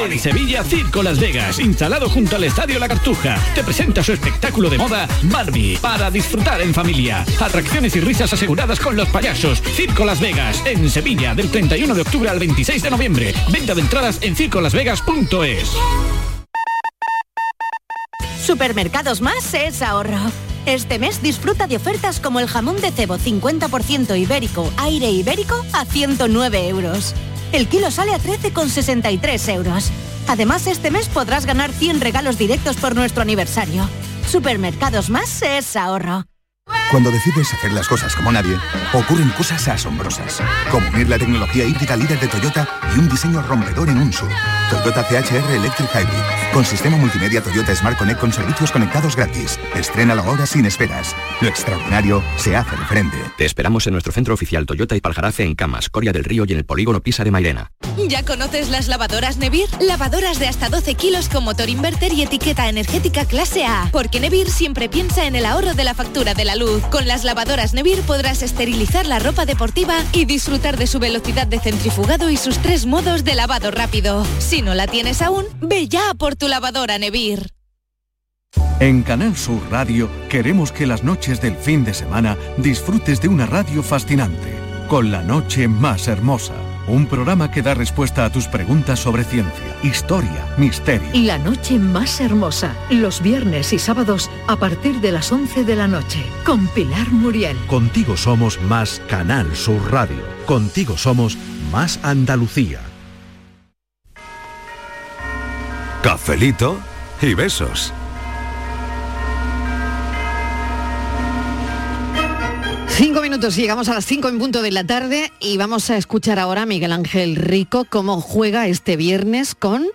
S17: En Sevilla, Circo Las Vegas, instalado junto al Estadio La Cartuja, te presenta su espectáculo de moda Barbie, para disfrutar en familia. Atracciones y risas aseguradas con los payasos. Circo Las Vegas, en Sevilla, del 31 de octubre al 26 de noviembre. Venta de entradas en circolasvegas.es.
S25: Supermercados Más es ahorro. Este mes disfruta de ofertas como el jamón de cebo 50% ibérico, aire ibérico a 109 euros. El kilo sale a 13,63 euros. Además, este mes podrás ganar 100 regalos directos por nuestro aniversario. Supermercados Más es ahorro.
S18: Cuando decides hacer las cosas como nadie, ocurren cosas asombrosas. Como unir la tecnología híbrida líder de Toyota y un diseño rompedor en un SUV. Toyota CHR Electric Hybrid. Con sistema multimedia Toyota Smart Connect con servicios conectados gratis. Estrena ahora sin esperas. Lo extraordinario se hace de frente.
S32: Te esperamos en nuestro centro oficial Toyota y Paljarafe en Camas, Coria del Río y en el polígono Pisa de Mairena.
S33: ¿Ya conoces las lavadoras Nevir? Lavadoras de hasta 12 kilos con motor inverter y etiqueta energética clase A. Porque Nevir siempre piensa en el ahorro de la factura de la luz. Con las lavadoras Nevir podrás esterilizar la ropa deportiva y disfrutar de su velocidad de centrifugado y sus tres modos de lavado rápido. Si no la tienes aún, ve ya por tu lavadora Nevir.
S21: En Canal Sur Radio queremos que las noches del fin de semana disfrutes de una radio fascinante, con la noche más hermosa, un programa que da respuesta a tus preguntas sobre ciencia, historia, misterio.
S23: La noche más hermosa, los viernes y sábados a partir de las 11 de la noche, con Pilar Muriel.
S21: Contigo somos más Canal Sur Radio, contigo somos más Andalucía.
S1: Cafelito y besos.
S3: Cinco minutos y llegamos a las cinco en punto de la tarde y vamos a escuchar ahora a Miguel Ángel Rico cómo juega este viernes con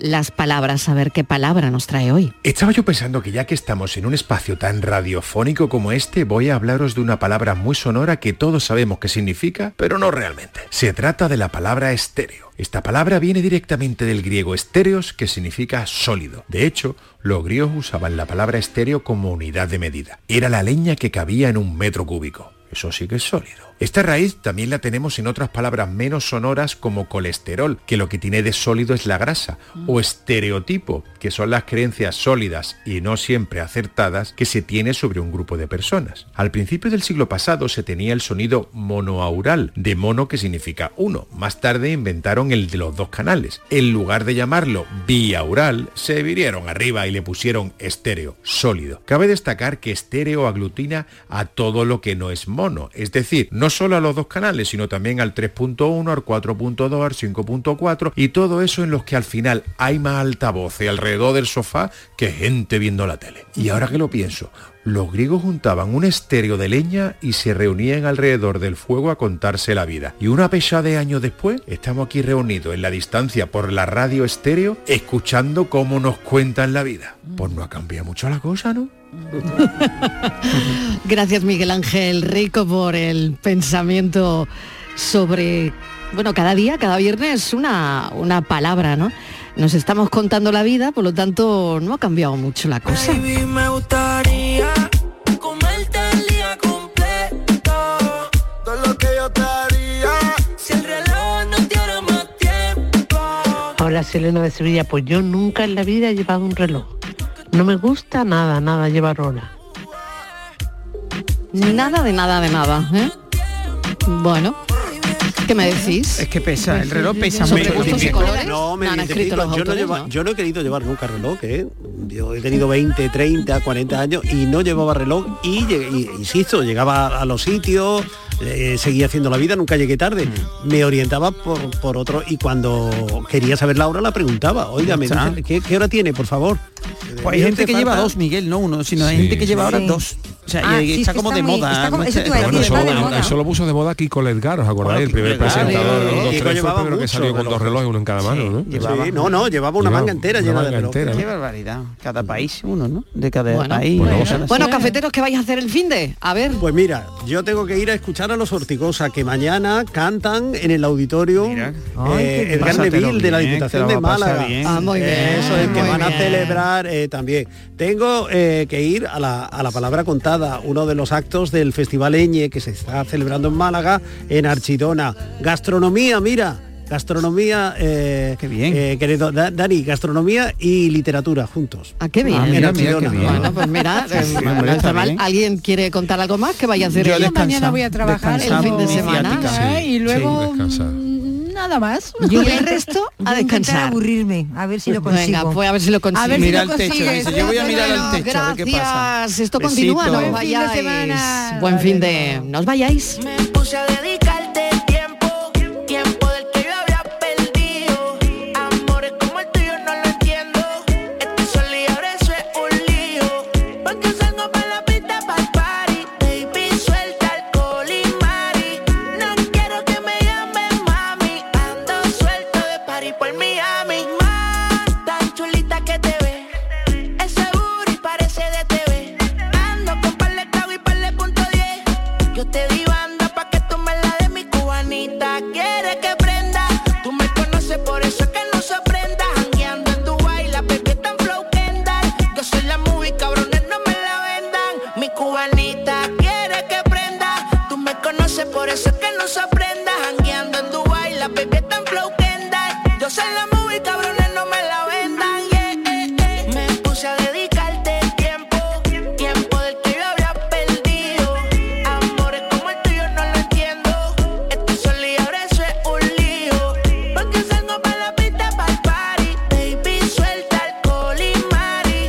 S3: las palabras, a ver qué palabra nos trae hoy.
S34: Estaba yo pensando que ya que estamos en un espacio tan radiofónico como este, voy a hablaros de una palabra muy sonora que todos sabemos qué significa, pero no realmente. Se trata de la palabra estéreo. Esta palabra viene directamente del griego estéreos, que significa sólido. De hecho, los griegos usaban la palabra estéreo como unidad de medida. Era la leña que cabía en un metro cúbico. Eso sí que es sólido. Esta raíz también la tenemos en otras palabras menos sonoras como colesterol, que lo que tiene de sólido es la grasa, o estereotipo, que son las creencias sólidas y no siempre acertadas que se tiene sobre un grupo de personas. Al principio del siglo pasado se tenía el sonido monoaural, de mono que significa uno. Más tarde inventaron el de los dos canales. En lugar de llamarlo biaural, se vinieron arriba y le pusieron estéreo, sólido. Cabe destacar que estéreo aglutina a todo lo que no es mono, es decir, no solo a los dos canales, sino también al 3.1, al 4.2, al 5.4 y todo eso en los que al final hay más altavoces alrededor del sofá que gente viendo la tele. Y ahora que lo pienso, los griegos juntaban un estéreo de leña y se reunían alrededor del fuego a contarse la vida. Y una pecha de años después, estamos aquí reunidos en la distancia por la radio estéreo, escuchando cómo nos cuentan la vida. Pues no ha cambiado mucho la cosa, ¿no?
S3: Gracias Miguel Ángel Rico por el pensamiento sobre, bueno, cada día, cada viernes una, una palabra, ¿no? Nos estamos contando la vida, por lo tanto no ha cambiado mucho la cosa.
S35: Baby, me gustaría comerte el día completo. Todo lo que yo te haría.
S2: Hola, soy Elena de Sevilla. Pues yo nunca en la vida he llevado un reloj. No me gusta nada, nada llevar hora.
S3: Nada de nada de nada, ¿eh? Bueno, ¿qué me decís?
S9: Es que pesa, el reloj pesa
S3: Sobre
S9: mucho.
S3: gustos y colores.
S8: No, me
S3: han escrito
S8: identifico.
S3: los
S8: yo, no
S3: autores,
S8: lleva-
S3: ¿no?
S8: yo no he querido llevar nunca reloj, ¿eh? Yo he tenido 20, 30, 40 años y no llevaba reloj y, lle- y- insisto, llegaba a los sitios, eh, seguía haciendo la vida, nunca llegué tarde.
S9: Mm.
S8: Me orientaba por, por otro y cuando quería saber la hora la preguntaba. Oiga, me
S9: Está.
S8: dice, ¿qué, qué hora tiene, por favor?
S9: Pues hay
S8: Mira,
S9: gente
S8: te
S9: que
S8: falta-
S9: lleva dos, Miguel, no uno, sino hay gente que lleva ahora
S8: Sí.
S9: dos. O sea,
S8: Ah,
S9: y
S8: sí, es
S9: está
S8: que
S9: como
S8: está
S9: de
S8: muy-
S9: moda.
S8: está como-
S9: mucha-
S8: eso te iba a
S5: Bueno,
S8: decir,
S5: eso,
S8: está de moda.
S5: eso lo puso de moda Kiko Ledgar, ¿os acordáis? el primer
S8: Kiko Ledgar,
S5: presentador de los dos
S8: Kiko
S5: tres fue el
S8: llevaba
S5: primero que
S8: mucho
S5: salió con dos
S8: reloj.
S5: relojes, uno en cada mano, ¿no?
S8: Sí, no, no, llevaba una manga entera
S5: una
S8: llena de
S5: manga
S8: reloj.
S5: entera,
S9: Qué barbaridad. Cada país uno, ¿no? De cada
S8: Bueno,
S9: país.
S8: bueno.
S9: de cada
S3: Bueno, cafeteros, ¿qué vais a hacer el fin de? A ver.
S8: Pues mira, yo tengo que ir a escuchar a los Horticosa que mañana cantan en el auditorio
S9: Ay, qué
S8: Edgar
S9: bien.
S8: Neville de la
S9: Pásatelo bien,
S8: Diputación de
S9: que lo va a pasar
S8: Málaga.
S9: bien. Ah, muy bien,
S8: Eso es, que
S9: muy
S8: van a
S9: bien.
S8: celebrar eh, también. Tengo eh, que ir a la, a la palabra contada, uno de los actos del Festival Eñe que se está celebrando en Málaga, en Archidona. Gastronomía, mira. Gastronomía, eh, eh, querido Da- Dani, gastronomía y literatura juntos.
S3: Ah, qué bien.
S8: En Archidona.
S3: Bueno, pues mira,
S8: Sí,
S3: eh,
S8: sí,
S3: bueno,
S8: hombre, está
S3: chaval,
S8: bien.
S3: ¿alguien quiere contar algo más que vaya a hacer?
S8: Yo
S3: el-
S8: descansa, Mañana voy a
S7: trabajar
S3: el fin de semana.
S7: ¿eh? Y luego, Nada más.
S3: Yo el resto a descansar.
S4: aburrirme, a ver si lo consigo.
S3: Venga, pues a ver si lo consigo.
S4: A ver si
S9: Mira
S4: lo
S9: al techo,
S4: consigues.
S9: dice, yo voy a mirar al
S3: Bueno,
S9: techo, a ver qué pasa.
S3: gracias. Esto
S9: Besito.
S3: continúa, no os
S9: Buen fin de
S3: vayáis.
S9: semana.
S3: Buen fin de... No os vayáis.
S35: Me puse a dedicarte tiempo, tiempo del que yo había perdido. Amores como el tuyo no lo entiendo. Este sol y ahora eso es un lío. Porque salgo para la pista para el party. Baby, suelta alcohol y mari. No quiero que me llamen mami. Ando suelto de party por Miami. Más tan chulita que te ves. Ese booty parece de TV. Ando con par de clavo y par de punto 10. Yo te di banda pa' que tú me la de mi cubanita. Quiere que prenda. Tú me conoces, por eso es que no se prenda. Jangueando en Dubai, la bebé tan flow Kendall. Yo soy la movie, cabrones, no me la vendan. Mi cubanita quiere que prenda. Tú me conoces, por eso es que no se prenda. Jangueando en Dubai, la bebé tan flow Kendall. Yo soy la movie, cabrones, no me la vendan. Yeah, eh, eh. Me puse a dedicarte tiempo, tiempo del que yo había perdido. Amores como el tuyo no lo entiendo. Estoy sola y ahora eso es un lío. Porque salgo para la pista para el party. Baby, suelta alcohol y mari.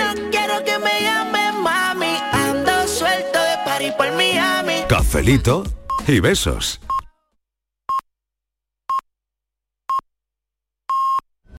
S35: No quiero que me llamen mami. Ando suelto de party por Miami.
S1: Cafelito y besos.